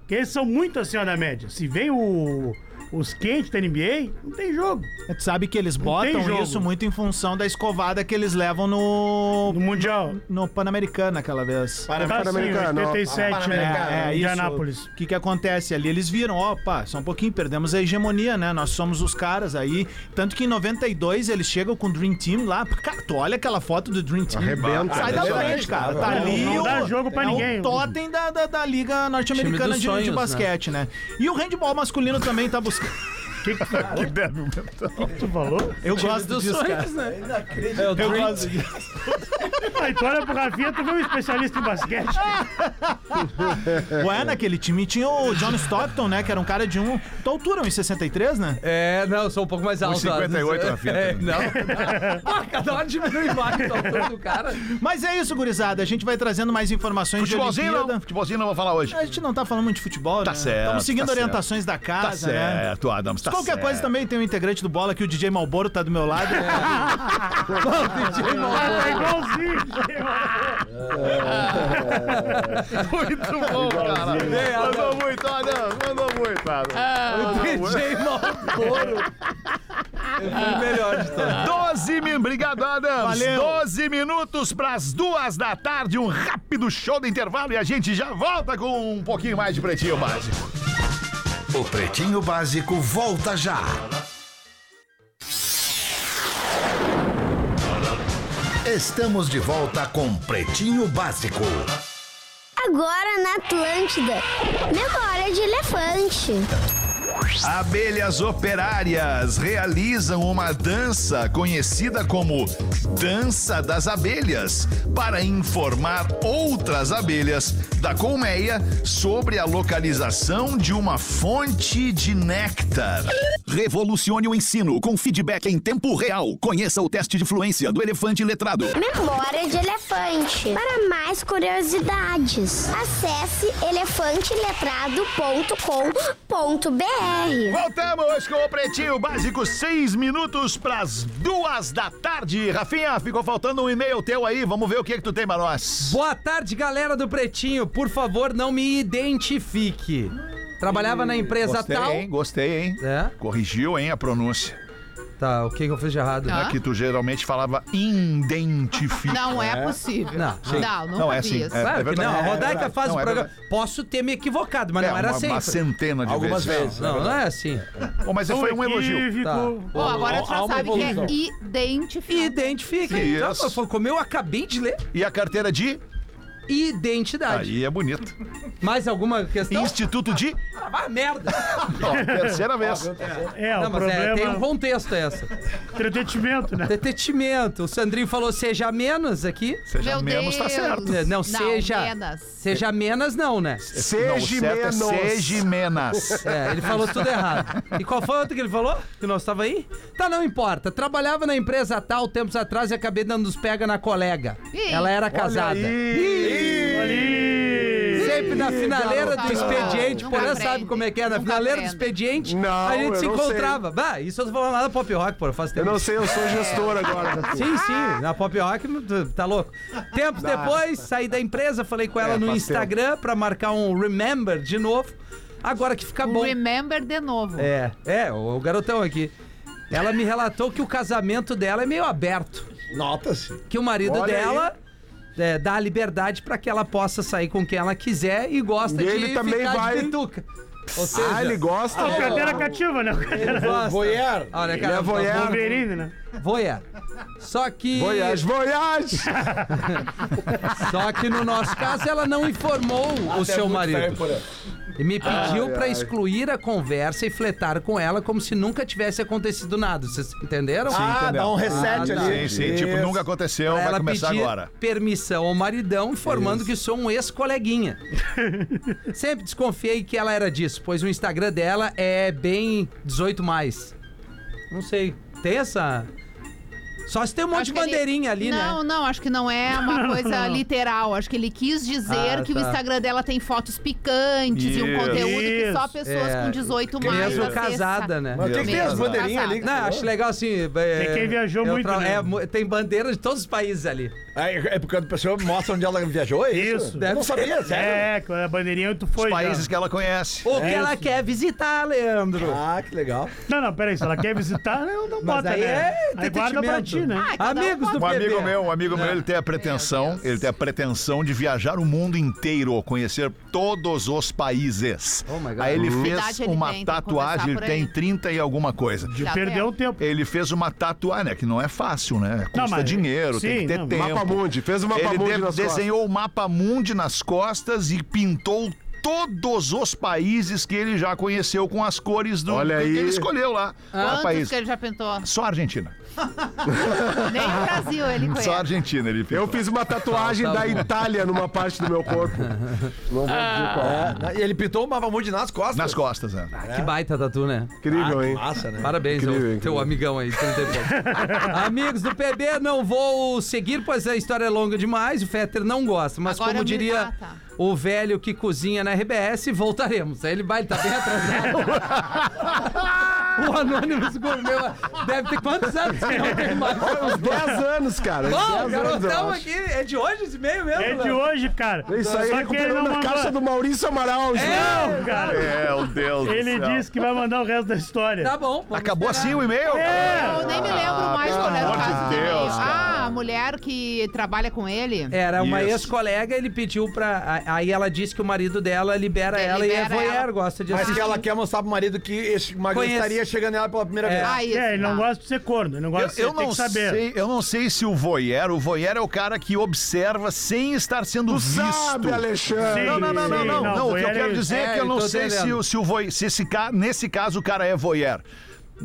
Speaker 4: Porque eles são muito acima da média. Se vem o, os quentes da NBA, não tem jogo.
Speaker 10: É, Tu sabe que eles
Speaker 4: tem
Speaker 10: botam
Speaker 4: jogo.
Speaker 10: isso muito em função da escovada que eles levam no.
Speaker 4: No Mundial. Tá assim,
Speaker 10: no Pan-Americano aquela vez.
Speaker 4: Para
Speaker 9: Pan-Americano.
Speaker 4: 87, né?
Speaker 10: É, é
Speaker 4: Indianápolis.
Speaker 10: [laughs] isso. O que, que acontece ali? Eles viram, opa, só um pouquinho, perdemos a hegemonia, né? Nós somos os caras aí. Tanto que em 92 eles chegam com o Dream Team lá. Cara, tu olha aquela foto do Dream Team.
Speaker 9: Arrebenta.
Speaker 10: Sai da frente, cara. Tá
Speaker 4: Não,
Speaker 10: ali.
Speaker 4: não
Speaker 10: o-
Speaker 4: dá jogo pra
Speaker 10: é
Speaker 4: ninguém.
Speaker 10: O totem da, da, da Liga Norte-Americana
Speaker 7: Time dos
Speaker 10: de, de
Speaker 7: sonhos,
Speaker 10: basquete, né? E o handball masculino também tá buscando. um
Speaker 4: Tu falou?
Speaker 10: [laughs] Eu gosto disso, cara.
Speaker 7: É o
Speaker 10: Eu
Speaker 7: Dream
Speaker 10: gosto disso.
Speaker 4: Aí tu Ah, então olha pro Rafinha, tu vê um especialista em basquete.
Speaker 10: Ué, naquele time tinha o John Stockton, né? Que era um cara de um. Tua altura, 1,63, né?
Speaker 7: É, não, eu sou um pouco mais alto.
Speaker 5: 1,58 na fita.
Speaker 7: É, não. [laughs] Ah, cada hora diminui mais a altura do cara.
Speaker 10: Mas é isso, gurizada. A gente vai trazendo mais informações
Speaker 5: Futebolzinho
Speaker 10: de Olimpíada.
Speaker 5: não. Futebolzinho não vou falar hoje.
Speaker 10: A gente não tá falando muito de futebol, né?
Speaker 5: Tá certo,
Speaker 10: Estamos seguindo
Speaker 5: tá
Speaker 10: orientações da
Speaker 5: Tá
Speaker 10: casa, né?
Speaker 5: certo, Adams. Tá
Speaker 10: Qualquer
Speaker 5: certo.
Speaker 10: coisa também tem um integrante do bola que o DJ Malboro tá do meu lado.
Speaker 4: É igualzinho.
Speaker 5: Muito bom, cara. Mandou muito, Adams. Mandou muito, Adams.
Speaker 7: [laughs] DJ Malboro. Eu fui o melhor de todos.
Speaker 5: 12 minutos. Obrigado, Adams. 12 minutos para as duas da tarde. Um rápido show do intervalo e a gente já volta com um pouquinho mais de pretinho básico.
Speaker 3: O Pretinho Básico volta já. Estamos de volta com Pretinho Básico.
Speaker 11: [laughs] Agora na Atlântida. Memória de elefante.
Speaker 3: Abelhas operárias realizam uma dança conhecida como Dança das Abelhas para informar outras abelhas da colmeia sobre a localização de uma fonte de néctar.
Speaker 12: Revolucione o ensino com feedback em tempo real. Conheça o teste de fluência do elefante letrado.
Speaker 11: Memória de elefante. Para mais curiosidades, acesse elefanteletrado.com.br.
Speaker 5: Voltamos com o Pretinho Básico, seis minutos pras duas da tarde. Rafinha, ficou faltando um e-mail teu aí, vamos ver o que que tu tem pra nós.
Speaker 7: Boa tarde, galera do Pretinho. Por favor, não me identifique. Trabalhava na empresa
Speaker 5: gostei,
Speaker 7: tal. É?
Speaker 5: Hein? Gostei, hein? Corrigiu, hein, a pronúncia.
Speaker 7: Tá, o que, eu fiz de errado?
Speaker 5: É
Speaker 8: Tá.
Speaker 5: que tu geralmente falava identifica.
Speaker 8: Não é possível. Não, não, nunca
Speaker 5: não é
Speaker 8: vi
Speaker 5: assim.
Speaker 8: isso.
Speaker 5: É,
Speaker 7: Claro
Speaker 5: é
Speaker 7: que
Speaker 5: verdade,
Speaker 7: não, a
Speaker 5: é
Speaker 7: Rodaica
Speaker 5: verdade.
Speaker 7: faz
Speaker 5: Não,
Speaker 7: o
Speaker 5: é
Speaker 7: programa.
Speaker 5: verdade.
Speaker 7: Posso ter me equivocado, mas
Speaker 5: É,
Speaker 7: não era
Speaker 5: uma-
Speaker 7: sempre.
Speaker 5: uma centena de Algumas vezes. vezes, é
Speaker 7: Não, não,
Speaker 5: verdade.
Speaker 7: é assim.
Speaker 5: Bom, mas foi um elogio.
Speaker 7: Tá.
Speaker 8: Pô, agora tu já sabe que é identificar.
Speaker 7: Identifica.
Speaker 5: Isso.
Speaker 7: Então, foi como eu acabei de ler.
Speaker 5: E a carteira de?
Speaker 7: Identidade.
Speaker 5: Aí é bonito.
Speaker 7: Mais alguma questão?
Speaker 5: Instituto de?
Speaker 7: Ah, vai merda.
Speaker 5: Ó, terceira vez.
Speaker 4: É,
Speaker 7: Não,
Speaker 4: [laughs] o
Speaker 7: mas é,
Speaker 4: problema...
Speaker 7: tem um contexto essa.
Speaker 4: Detetimento, né?
Speaker 7: Detetimento. O Sandrinho falou seja menos aqui.
Speaker 5: Seja
Speaker 8: Meu menos tá Deus. certo.
Speaker 7: Não,
Speaker 8: Não,
Speaker 7: seja...
Speaker 8: menos.
Speaker 7: Seja menos não, né?
Speaker 5: Não, o certo é Sejimenas.
Speaker 7: É, ele falou tudo errado. E qual foi o outro que ele falou? Que nós estava aí? Tá, não importa. Trabalhava na empresa tal tempos atrás e acabei dando nos pega na colega.
Speaker 8: Ih.
Speaker 7: Ela era casada. Ih. Sempre na finaleira do
Speaker 8: garoto.
Speaker 7: expediente,
Speaker 8: Não
Speaker 7: porém
Speaker 8: aprende.
Speaker 7: sabe como é que é. Na
Speaker 8: Nunca
Speaker 7: finaleira do
Speaker 8: aprende.
Speaker 7: expediente,
Speaker 9: Não,
Speaker 7: a gente
Speaker 9: eu
Speaker 7: se
Speaker 9: não
Speaker 7: encontrava. Bah, isso eu tô falando lá da pop rock, porra, faz
Speaker 9: Eu
Speaker 7: tempo.
Speaker 9: não sei, eu sou gestor agora.
Speaker 7: Sim, sim, na Pop Rock, tu tá louco. Tempos depois, saí da empresa, falei com ela
Speaker 9: É,
Speaker 7: no
Speaker 9: faz
Speaker 7: Instagram pra marcar um Remember de novo. Agora que fica
Speaker 8: O
Speaker 7: bom.
Speaker 8: Remember de novo.
Speaker 7: É, é, o o garotão aqui. Ela me relatou que o casamento dela é meio aberto.
Speaker 6: Nota-se.
Speaker 7: Que o marido
Speaker 9: Olha
Speaker 7: dela é, dá a liberdade pra que ela possa sair com quem ela quiser e gosta
Speaker 9: E
Speaker 7: de
Speaker 9: ele também
Speaker 7: ficar
Speaker 9: vai-
Speaker 7: de
Speaker 9: [laughs]
Speaker 7: pinduca. Ou seja,
Speaker 9: Ah, ele gosta.
Speaker 4: Ah, o cadeira cativa, né? O cadeira...
Speaker 7: gosta.
Speaker 12: Voyeur.
Speaker 7: Olha,
Speaker 9: Ele
Speaker 7: cara, tá
Speaker 9: é voyeur.
Speaker 4: Wolverine, né?
Speaker 7: voyeur. Só que...
Speaker 9: [laughs] Voyage, voyage!
Speaker 7: Só que no nosso caso ela não informou o seu marido. E me pediu pra excluir a conversa e fletar com ela como se nunca tivesse acontecido nada. Vocês entenderam?
Speaker 6: Ah, dá um reset
Speaker 7: Ah, tá.
Speaker 5: Sim,
Speaker 6: ali.
Speaker 5: sim. Tipo, nunca aconteceu, vai
Speaker 7: ela
Speaker 5: começar
Speaker 7: pedir
Speaker 5: agora.
Speaker 7: permissão ao maridão, informando que sou
Speaker 5: [laughs]
Speaker 7: um ex-coleguinha. Sempre desconfiei que ela era disso, pois o Instagram dela é bem 18 mais. Não sei. Tem essa. Só se tem um monte
Speaker 8: Acho
Speaker 7: de
Speaker 8: que ele-
Speaker 7: bandeirinha ali, né?
Speaker 8: Não, não, acho que não
Speaker 7: [laughs]
Speaker 8: é uma coisa literal. Acho que ele quis dizer
Speaker 7: Ah,
Speaker 8: que
Speaker 7: tá.
Speaker 8: o Instagram dela tem fotos picantes e um
Speaker 5: Isso.
Speaker 8: conteúdo que só
Speaker 4: Isso.
Speaker 8: pessoas
Speaker 7: É,
Speaker 8: com 18 mais.
Speaker 7: Mesmo
Speaker 8: acessa.
Speaker 7: casada, né?
Speaker 6: Mas o que, que tem as
Speaker 8: Mesmo
Speaker 6: bandeirinhas
Speaker 8: casado.
Speaker 6: ali? que
Speaker 7: Não,
Speaker 6: tu
Speaker 7: acho
Speaker 6: falou?
Speaker 7: legal assim. É,
Speaker 4: quem viajou
Speaker 7: eu
Speaker 4: muito, né?
Speaker 7: é, mu- tem bandeira de todos os países ali.
Speaker 6: Ah, É porque a pessoa mostra onde ela viajou, é isso?
Speaker 4: Isso.
Speaker 6: Eu não sabia, sério.
Speaker 4: É, quando a bandeirinha tu foi.
Speaker 5: Os
Speaker 4: já.
Speaker 5: países que ela conhece.
Speaker 7: O que ela quer visitar, Leandro?
Speaker 6: Ah, que legal.
Speaker 4: Não, não, peraí. Se ela quer visitar, não, não
Speaker 7: Mas
Speaker 4: bota,
Speaker 7: aí
Speaker 4: né?
Speaker 7: é
Speaker 4: aí guarda pra
Speaker 7: entretenimento.
Speaker 4: ti, né?
Speaker 8: Ah, cada um
Speaker 7: Amigos do
Speaker 5: Um
Speaker 7: PB.
Speaker 5: amigo meu, um amigo meu, ele tem a pretensão, ele tem a pretensão de viajar o mundo inteiro, conhecer todos os países.
Speaker 7: Oh my God.
Speaker 5: Aí ele
Speaker 8: Que
Speaker 5: fez
Speaker 8: idade ele
Speaker 5: uma
Speaker 8: tem? Tem que
Speaker 5: tatuagem,
Speaker 8: começar
Speaker 5: ele
Speaker 8: por
Speaker 5: tem
Speaker 8: aí.
Speaker 5: 30 e alguma coisa.
Speaker 8: Tá
Speaker 4: Perdeu
Speaker 8: vendo?
Speaker 4: o tempo.
Speaker 5: Ele fez uma tatuagem, né, que não é fácil, né? Custa
Speaker 4: Não, mas-
Speaker 5: dinheiro, tem
Speaker 4: sim,
Speaker 5: que ter
Speaker 4: não,
Speaker 5: tempo.
Speaker 9: Mapa Mundi, fez o mapa
Speaker 5: ele
Speaker 9: Mundi
Speaker 5: de-
Speaker 9: nas costas.
Speaker 5: desenhou o mapa mundi nas costas e pintou todos os países que ele já conheceu com as cores do,
Speaker 9: Olha
Speaker 5: do
Speaker 9: aí.
Speaker 5: que ele escolheu lá. Qual é
Speaker 8: Quantos
Speaker 5: país?
Speaker 8: que ele já pintou?
Speaker 5: Só a Argentina.
Speaker 8: Nem o Brasil
Speaker 5: [laughs]
Speaker 8: ele conhece.
Speaker 5: Só a Argentina ele pintou.
Speaker 9: Eu fiz uma tatuagem da Itália numa parte do meu corpo. Ah, Não vou dizer
Speaker 7: É.
Speaker 9: qual.
Speaker 6: Ah, E ele pintou o Mapa Mundi nas costas.
Speaker 5: Nas costas, né?
Speaker 7: Que baita tatu, né?
Speaker 9: Incrível, hein?
Speaker 6: Massa, né?
Speaker 7: Parabéns,
Speaker 9: Incrível,
Speaker 7: ao
Speaker 9: incrível.
Speaker 7: teu amigão aí. 30 e
Speaker 8: [laughs]
Speaker 7: pouco. Amigos do PB, não vou seguir, pois a história é longa demais. O Fetter não gosta. Mas
Speaker 8: Agora
Speaker 7: como
Speaker 8: eu me-
Speaker 7: diria
Speaker 8: Ah, tá.
Speaker 7: o velho que cozinha na RBS, voltaremos. Aí ele vai, ele tá bem atrasado.
Speaker 8: [laughs]
Speaker 7: [laughs] o Anonymous Gourmet deve ter quantos anos que não tem mais?
Speaker 9: Olha, uns 10 anos, cara. uns
Speaker 7: ah. Bom,
Speaker 9: 10 anos, eu
Speaker 7: garotão
Speaker 9: acho.
Speaker 7: aqui, é de hoje esse e-mail mesmo?
Speaker 4: É de
Speaker 7: Léo?
Speaker 4: hoje, cara.
Speaker 9: É Isso aí,
Speaker 4: Só que ele não
Speaker 9: recuperando a
Speaker 4: mandou.
Speaker 9: caixa do É, Maurício Amaral. gente.
Speaker 4: Não, cara.
Speaker 5: Meu Deus
Speaker 4: Ele disse que vai mandar o resto da história.
Speaker 7: Tá bom. vamos
Speaker 5: Acabou
Speaker 7: esperar.
Speaker 5: assim o e-mail?
Speaker 4: É!
Speaker 8: Eu nem me lembro mais qual era o
Speaker 5: amor de
Speaker 8: caso. do
Speaker 5: Deus,
Speaker 8: meio.
Speaker 5: cara.
Speaker 8: Ah, a mulher que trabalha com ele?
Speaker 7: Era uma ex-colega, ele pediu pra. a- Aí ela disse que o marido dela libera
Speaker 8: Ele
Speaker 7: ela e é
Speaker 8: libera
Speaker 7: voyeur,
Speaker 8: ela.
Speaker 7: gosta de
Speaker 6: Mas
Speaker 7: assistir.
Speaker 6: que ela quer mostrar pro marido que esse magrão
Speaker 7: Conhece.
Speaker 6: estaria chegando nela pela primeira
Speaker 7: É.
Speaker 6: vez.
Speaker 7: Ah, isso,
Speaker 4: É, ele não
Speaker 7: tá.
Speaker 4: gosta de ser corno, ele não gosta de ser,
Speaker 5: Eu, eu
Speaker 4: tem
Speaker 5: não
Speaker 4: que saber.
Speaker 5: sei, eu não sei se o voyeur, o voyeur é o cara que observa sem estar sendo visto.
Speaker 9: Sabe, Alexandre?
Speaker 5: Não, não, não, não,
Speaker 4: Sim,
Speaker 5: não,
Speaker 4: não,
Speaker 5: não, O que eu
Speaker 4: voyeur
Speaker 5: quero
Speaker 4: é-
Speaker 5: dizer é,
Speaker 7: é,
Speaker 5: que eu não
Speaker 7: eu tô
Speaker 5: sei se,
Speaker 7: entendendo.
Speaker 5: o- se, o voy, se esse cara, nesse caso, o cara é voyeur.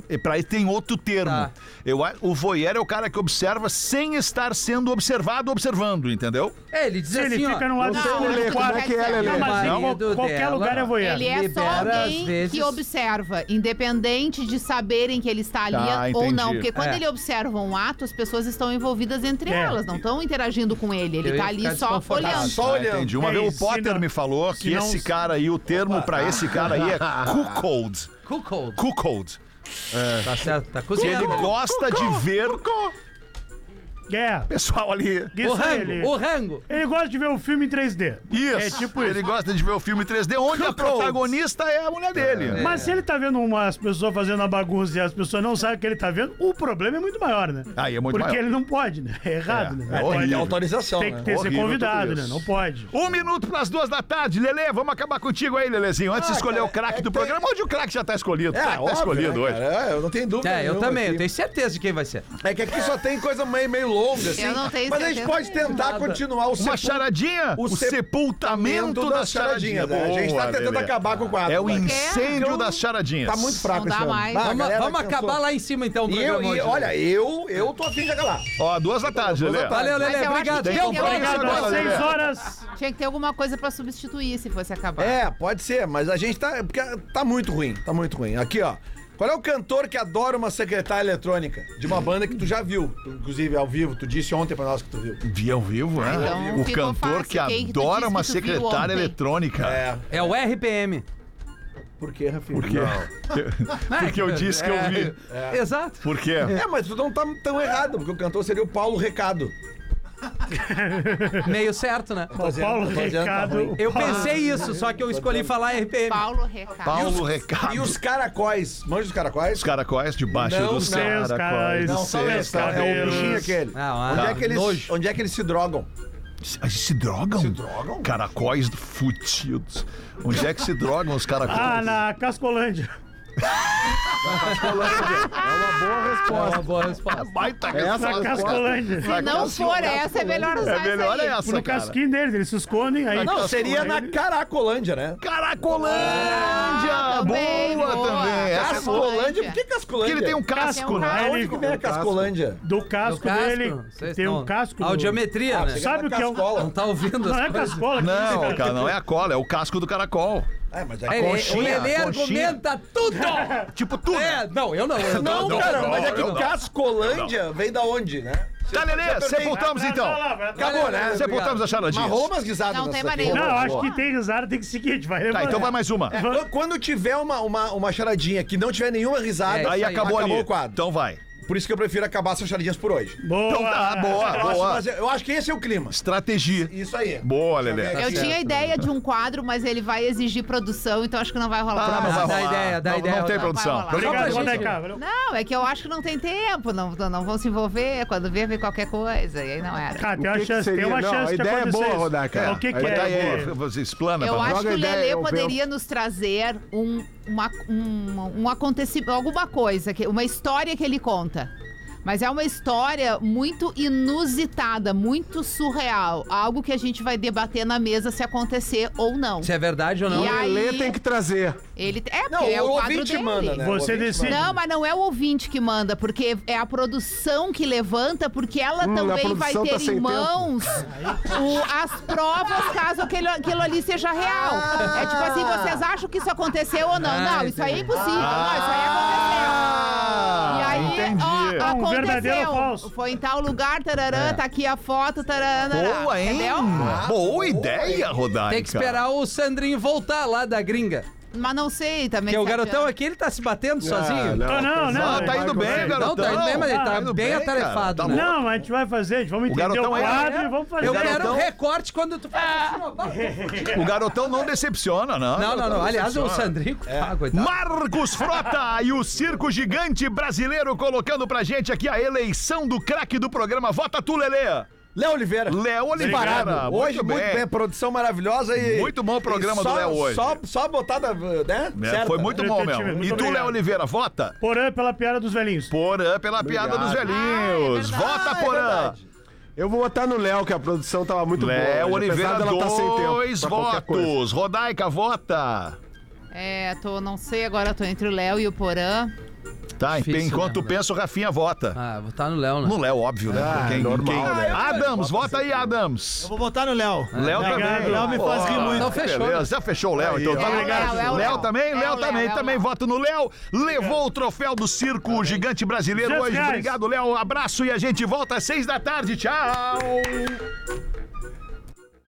Speaker 5: E pra aí tem outro termo.
Speaker 7: Tá.
Speaker 5: Eu, a- o voyeur é o cara que observa sem estar sendo observado, observando, entendeu?
Speaker 7: É, ele diz
Speaker 4: Se ele
Speaker 7: assim, ó.
Speaker 4: fica no lado
Speaker 8: Não,
Speaker 4: escuro
Speaker 8: ele
Speaker 4: do
Speaker 8: não
Speaker 4: quarto.
Speaker 8: quer dizer.
Speaker 4: Não, mas em
Speaker 7: Marido
Speaker 4: qualquer
Speaker 7: dela.
Speaker 4: lugar é voyeur.
Speaker 8: Ele é só
Speaker 7: Libera, às
Speaker 8: alguém
Speaker 7: vezes.
Speaker 8: que observa, independente de saberem que ele está ali
Speaker 5: Tá,
Speaker 8: ou
Speaker 5: entendi.
Speaker 8: não. Porque quando
Speaker 7: É.
Speaker 8: ele observa um ato, as pessoas estão envolvidas entre
Speaker 4: É.
Speaker 8: elas, não estão interagindo com ele. Ele
Speaker 7: Eu ia
Speaker 8: está ali
Speaker 7: ficar
Speaker 8: só
Speaker 7: desconfortável.
Speaker 8: olhando.
Speaker 6: Só
Speaker 5: Ah,
Speaker 6: olhando.
Speaker 5: entendi. Uma
Speaker 4: É
Speaker 5: vez
Speaker 4: isso,
Speaker 5: o Potter
Speaker 4: se não-
Speaker 5: me falou
Speaker 4: se
Speaker 5: que
Speaker 4: não-
Speaker 5: esse cara aí, o termo pra esse cara [laughs] aí é cuckold.
Speaker 7: Cuckold.
Speaker 5: Cuckold.
Speaker 7: Tá certo, tá
Speaker 5: Que ele
Speaker 7: cozinhando.
Speaker 5: gosta de ver
Speaker 4: É.
Speaker 5: pessoal ali.
Speaker 7: O
Speaker 4: Isso aí,
Speaker 7: rango,
Speaker 4: ele,
Speaker 7: o rango.
Speaker 4: ele gosta de ver o filme em 3D.
Speaker 5: Isso.
Speaker 4: É tipo
Speaker 5: Ele gosta de ver o filme 3D, onde a protagonista é a mulher dele.
Speaker 4: Mas se ele tá vendo umas pessoas fazendo uma bagunça e as pessoas não sabem o que ele tá vendo, o problema é muito maior, né?
Speaker 5: Aí é muito
Speaker 4: Porque
Speaker 5: maior.
Speaker 4: ele não pode, né? É errado,
Speaker 5: É,
Speaker 4: né?
Speaker 5: é
Speaker 4: Tem-
Speaker 6: Tem que ter
Speaker 5: horrível.
Speaker 6: autorização,
Speaker 4: Tem
Speaker 6: né?
Speaker 7: é
Speaker 4: que ter ser
Speaker 5: Horrível
Speaker 4: convidado,
Speaker 5: tudo
Speaker 4: né?
Speaker 5: isso.
Speaker 4: Não pode.
Speaker 5: Um minuto pras duas da tarde, Lele. Vamos acabar contigo aí, Lelezinho. Antes de escolher
Speaker 6: cara,
Speaker 5: o craque
Speaker 6: é
Speaker 5: do
Speaker 6: que tem-
Speaker 5: programa, onde o craque já tá escolhido? O
Speaker 6: É,
Speaker 5: craque tá
Speaker 6: óbvio,
Speaker 5: escolhido
Speaker 6: né,
Speaker 5: hoje.
Speaker 6: cara? É, eu não tenho dúvida.
Speaker 7: É, eu
Speaker 6: nenhuma
Speaker 7: também,
Speaker 6: aqui.
Speaker 7: eu tenho certeza de quem vai ser.
Speaker 6: É que aqui só tem coisa meio, meio longa, assim.
Speaker 8: não tenho
Speaker 6: Mas a gente
Speaker 8: certeza
Speaker 6: pode tentar
Speaker 7: nada. Um
Speaker 6: continuar o
Speaker 5: Uma
Speaker 6: sepul-
Speaker 5: charadinha?
Speaker 6: o
Speaker 5: O, sepultamento
Speaker 6: sepultamento
Speaker 5: da charadinha.
Speaker 6: né? A gente tá
Speaker 5: Boa,
Speaker 6: tentando
Speaker 5: Lelê.
Speaker 6: acabar com o quadro.
Speaker 5: É o
Speaker 6: Tá
Speaker 5: incêndio das charadinhas.
Speaker 6: Tá muito fraco
Speaker 8: Não dá
Speaker 6: esse ano.
Speaker 8: mais.
Speaker 6: Ah, a
Speaker 7: um Vamos,
Speaker 6: galera
Speaker 7: vamos
Speaker 6: cansou.
Speaker 7: acabar lá em cima então o
Speaker 6: E eu,
Speaker 7: programa
Speaker 6: e
Speaker 7: hoje.
Speaker 6: olha, eu, eu tô afim de acabar.
Speaker 5: Ó, duas da tarde, Lelê.
Speaker 7: Valeu,
Speaker 8: Mas eu
Speaker 7: Lelê,
Speaker 8: acho
Speaker 7: obrigado.
Speaker 8: que tem
Speaker 7: Deu um
Speaker 8: que
Speaker 7: pra
Speaker 8: ter
Speaker 7: cá
Speaker 5: Obrigado,
Speaker 4: Obrigado,
Speaker 7: agora.
Speaker 5: Lelê.
Speaker 4: seis horas.
Speaker 8: Tinha que ter alguma coisa pra substituir se fosse acabar.
Speaker 6: É, pode ser, mas a gente tá. Porque tá muito ruim, tá muito ruim. Aqui, ó. Qual é o cantor que adora uma secretária eletrônica? De uma banda que tu já viu, tu, inclusive ao vivo, tu disse ontem pra nós que tu viu.
Speaker 5: Vi ao vivo,
Speaker 6: Ah,
Speaker 5: né?
Speaker 8: Então
Speaker 5: o
Speaker 8: ficou
Speaker 5: cantor
Speaker 8: fácil.
Speaker 5: que
Speaker 8: Quem que tu disse
Speaker 5: adora
Speaker 8: que
Speaker 5: uma
Speaker 8: tu viu
Speaker 5: secretária
Speaker 8: ontem?
Speaker 5: eletrônica.
Speaker 7: É o RPM.
Speaker 6: Por quê, Rafinha?
Speaker 5: Por quê? Porque eu disse que eu vi.
Speaker 7: é. Exato.
Speaker 5: Por quê?
Speaker 6: [laughs] É, mas tu não tá tão errado, porque o cantor seria o Paulo Recado.
Speaker 7: Meio certo, né?
Speaker 4: Paulo
Speaker 6: tô dizendo, tá
Speaker 4: Recado.
Speaker 6: ruim.
Speaker 7: Eu pensei isso, só que eu escolhi falar RPM.
Speaker 8: Paulo Recado.
Speaker 5: Paulo
Speaker 6: E
Speaker 5: Recado.
Speaker 6: os caracóis? Manja os caracóis?
Speaker 5: Os caracóis debaixo
Speaker 6: Não
Speaker 5: dos
Speaker 4: sei, os
Speaker 5: caracóis.
Speaker 4: caras-
Speaker 5: Não,
Speaker 4: não,
Speaker 5: sei.
Speaker 4: são
Speaker 6: é,
Speaker 4: esses caras.
Speaker 6: é o bichinho
Speaker 4: cabelos.
Speaker 6: aquele.
Speaker 7: Ah,
Speaker 6: onde,
Speaker 7: ah,
Speaker 6: é que eles,
Speaker 7: nojo.
Speaker 6: onde é que eles se drogam?
Speaker 5: A gente Ah, se drogam?
Speaker 6: Se drogam?
Speaker 5: Caracóis futidos. Onde é que se drogam os caracóis?
Speaker 4: Ah, na Cascolândia.
Speaker 7: É uma boa resposta.
Speaker 5: Baita
Speaker 4: Na Cascolândia.
Speaker 8: Se não for essa, é melhor usar
Speaker 5: É melhor
Speaker 8: essa aí.
Speaker 5: essa,
Speaker 4: No
Speaker 5: cara.
Speaker 4: casquinho deles, eles se escondem aí.
Speaker 6: Não, seria na
Speaker 4: Aí-
Speaker 6: Caracolândia, né?
Speaker 5: Caracolândia!
Speaker 8: Ah, também,
Speaker 5: boa,
Speaker 8: boa.
Speaker 5: também. Essa é boa.
Speaker 6: Cascolândia? Por que
Speaker 5: Porque
Speaker 6: Cascolândia?
Speaker 5: ele tem um casco,
Speaker 8: Tem um
Speaker 5: né?
Speaker 8: casco.
Speaker 6: Onde que vem a Cascolândia?
Speaker 4: Do
Speaker 7: Do
Speaker 4: casco,
Speaker 7: casco,
Speaker 4: dele,
Speaker 7: vocês
Speaker 4: tem um
Speaker 7: estão-
Speaker 4: casco.
Speaker 6: Ah,
Speaker 7: Audiometria, né?
Speaker 4: Sabe o que é o-
Speaker 6: Cascola.
Speaker 7: Não tá ouvindo
Speaker 4: Não
Speaker 7: as
Speaker 4: é
Speaker 7: coisas.
Speaker 4: cascola. que
Speaker 5: Não,
Speaker 4: isso,
Speaker 5: cara, não é a cola, é o casco do caracol.
Speaker 6: É, mas
Speaker 7: Ele-
Speaker 6: é
Speaker 7: o
Speaker 5: Conchinha,
Speaker 7: Lelê
Speaker 5: conchinha.
Speaker 7: argumenta tudo!
Speaker 5: Tipo tudo.
Speaker 7: É, não, eu [laughs] não. Eu
Speaker 6: Não,
Speaker 7: não,
Speaker 6: cara,
Speaker 7: não,
Speaker 6: mas é
Speaker 7: eu
Speaker 6: que
Speaker 7: não.
Speaker 6: Cascolândia vem da onde, né?
Speaker 5: Tá, Lelê, sepultamos
Speaker 4: Vai
Speaker 5: então.
Speaker 4: pra lá, vai pra lá.
Speaker 6: Acabou, né?
Speaker 7: Valeu,
Speaker 5: Sepultamos a charadinha.
Speaker 6: Mas rola umas guisadas
Speaker 8: Não
Speaker 6: nessa
Speaker 8: tem
Speaker 6: daqui.
Speaker 8: maneira.
Speaker 4: Não,
Speaker 6: Rola,
Speaker 4: eu
Speaker 6: rola.
Speaker 4: acho que tem risada, tem que seguir, a gente vai
Speaker 5: Tá,
Speaker 4: levar.
Speaker 5: então vai mais uma.
Speaker 6: É, quando- Quando tiver uma, uma, uma charadinha que não tiver nenhuma risada,
Speaker 7: É, isso
Speaker 5: Aí acabou ali.
Speaker 6: o quadro.
Speaker 5: Então vai.
Speaker 6: Por isso que eu prefiro acabar essas charadinhas por hoje.
Speaker 4: Boa.
Speaker 5: Então tá, boa,
Speaker 6: Eu acho,
Speaker 5: boa.
Speaker 6: mas eu eu acho que esse é o clima.
Speaker 5: Estratégia.
Speaker 6: Isso aí.
Speaker 5: Boa, Lelê.
Speaker 8: Eu tinha ideia de um quadro, mas ele vai exigir produção, então acho que não vai rolar.
Speaker 5: Ah, não vai
Speaker 7: dá
Speaker 5: rolar.
Speaker 7: ideia, dá
Speaker 5: não,
Speaker 7: ideia,
Speaker 5: Não tem
Speaker 7: Rodaica.
Speaker 5: produção.
Speaker 8: Vai rolar.
Speaker 7: Só pra
Speaker 4: Obrigado,
Speaker 7: gente-
Speaker 4: Rodaica. Valeu.
Speaker 8: Não, é que eu acho que não tem tempo, não, não vão se envolver, quando vê, vê qualquer coisa, e aí não era.
Speaker 4: Cara, tem
Speaker 9: O
Speaker 4: uma
Speaker 9: que que
Speaker 4: chance, tem
Speaker 9: seria?
Speaker 4: uma
Speaker 9: Não,
Speaker 4: chance
Speaker 9: a
Speaker 4: de
Speaker 9: ideia é
Speaker 4: acontecer
Speaker 9: boa,
Speaker 4: isso.
Speaker 9: Rodaica.
Speaker 4: O que que
Speaker 5: Mas tá aí,
Speaker 4: é?
Speaker 5: você explana
Speaker 8: Eu
Speaker 5: pra nós.
Speaker 8: acho que o
Speaker 9: ideia,
Speaker 8: Lelê
Speaker 9: eu
Speaker 8: poderia nos trazer um, uma- um, um acontecimento, alguma coisa, que- uma história que ele conta. Mas é uma história muito inusitada, muito surreal. Algo que a gente vai debater na mesa se acontecer ou não.
Speaker 7: Se é verdade ou não.
Speaker 8: E
Speaker 9: O Lelê
Speaker 8: aí-
Speaker 9: tem que trazer.
Speaker 8: Ele É, porque
Speaker 6: Não,
Speaker 8: é
Speaker 6: o
Speaker 8: o quadro
Speaker 6: ouvinte
Speaker 8: dele.
Speaker 6: manda, né? O
Speaker 4: Você
Speaker 6: ouvinte
Speaker 4: decide.
Speaker 6: manda.
Speaker 8: Não, mas não é o ouvinte que manda, porque é a produção que levanta, porque ela
Speaker 9: Hum, a
Speaker 8: também vai
Speaker 9: produção
Speaker 8: ter
Speaker 9: tá sem
Speaker 8: em
Speaker 9: tempo.
Speaker 8: mãos o- as provas caso aquilo, aquilo ali seja real. É tipo assim, vocês acham que isso aconteceu ou não?
Speaker 7: Ah,
Speaker 8: não, isso aí é
Speaker 7: entendi.
Speaker 8: impossível. não, isso aí aconteceu. E aí,
Speaker 5: entendi.
Speaker 8: ó,
Speaker 4: É um verdadeiro ou falso?
Speaker 8: aconteceu. Foi em tal lugar, tararã, tá aqui a foto, tararã.
Speaker 5: Boa, hein?
Speaker 8: Entendeu?
Speaker 5: Boa ideia, Rodaica.
Speaker 7: Tem que esperar o Sandrinho voltar lá da gringa.
Speaker 8: Mas é? não sei também.
Speaker 7: Porque é o
Speaker 8: se
Speaker 7: garotão
Speaker 8: adianta.
Speaker 7: aqui, ele tá se batendo
Speaker 8: Ah,
Speaker 7: sozinho?
Speaker 8: não, Ah, não, não,
Speaker 4: tá indo bem,
Speaker 7: Não, tá indo bem, mas ele tá bem atarefado, né?
Speaker 4: Não, mas a gente vai fazer, a gente vamos
Speaker 7: O
Speaker 4: entender o
Speaker 7: garotão é-
Speaker 4: quadro e vamos fazer.
Speaker 7: Eu quero um recorte quando tu faz assim, ó, vai,
Speaker 5: O garotão não decepciona, não.
Speaker 7: Não, não, não.
Speaker 5: Garotão
Speaker 7: Aliás, o
Speaker 5: decepciona.
Speaker 7: Sandrico, tá, coitado.
Speaker 5: Marcos Frota e o Circo Gigante Brasileiro colocando pra gente aqui a eleição do craque do programa. Vota tu, Lelê!
Speaker 6: Léo Oliveira.
Speaker 5: Léo Oliveira.
Speaker 6: Disparado. Hoje, muito bem. produção maravilhosa e.
Speaker 5: Ah, Muito bom o programa
Speaker 6: e só-
Speaker 5: do Léo hoje.
Speaker 6: Só, só botada, né?
Speaker 5: É,
Speaker 6: Certa.
Speaker 5: foi muito bom, meu.
Speaker 6: Muito
Speaker 5: E tu,
Speaker 6: obrigado.
Speaker 5: Léo Oliveira, vota?
Speaker 4: Porã pela piada dos velhinhos.
Speaker 5: Porã pela piada dos
Speaker 9: Ah, é
Speaker 5: velhinhos. vota, Porã!
Speaker 9: Eu vou votar no Léo, que a produção tava muito boa.
Speaker 5: Léo
Speaker 9: hoje, apesar
Speaker 5: Oliveira,
Speaker 9: dela tá sem tempo
Speaker 5: dois
Speaker 9: pra qualquer coisa.
Speaker 5: votos. Rodaica, vota.
Speaker 8: É, tô, não sei, agora tô entre o Léo e o Porã.
Speaker 5: Tá,
Speaker 7: Difícil,
Speaker 5: enquanto
Speaker 7: né,
Speaker 5: penso, o Rafinha vota.
Speaker 7: Ah, votar no Léo, né?
Speaker 5: No Léo, óbvio, né?
Speaker 9: Ah,
Speaker 5: Quem-
Speaker 9: normal,
Speaker 5: quem-
Speaker 9: né?
Speaker 5: Adams, vota aí, Adams.
Speaker 10: Vou votar no Léo.
Speaker 5: Léo também.
Speaker 10: Léo me faz rir
Speaker 5: Pô,
Speaker 10: muito.
Speaker 5: Então fechou. Beleza, já fechou o Léo, então.
Speaker 8: ó.
Speaker 5: Tá
Speaker 8: É o
Speaker 5: obrigado.
Speaker 8: Léo, é o
Speaker 5: Léo
Speaker 8: Léo.
Speaker 5: também,
Speaker 8: É o
Speaker 5: Léo
Speaker 8: Léo,
Speaker 5: também.
Speaker 8: é o
Speaker 5: Também
Speaker 8: Léo.
Speaker 5: voto no Léo. Levou o troféu do circo gigante brasileiro
Speaker 4: Gente,
Speaker 5: hoje.
Speaker 4: guys.
Speaker 5: Obrigado, Léo. Abraço e a gente volta às seis da tarde. Tchau.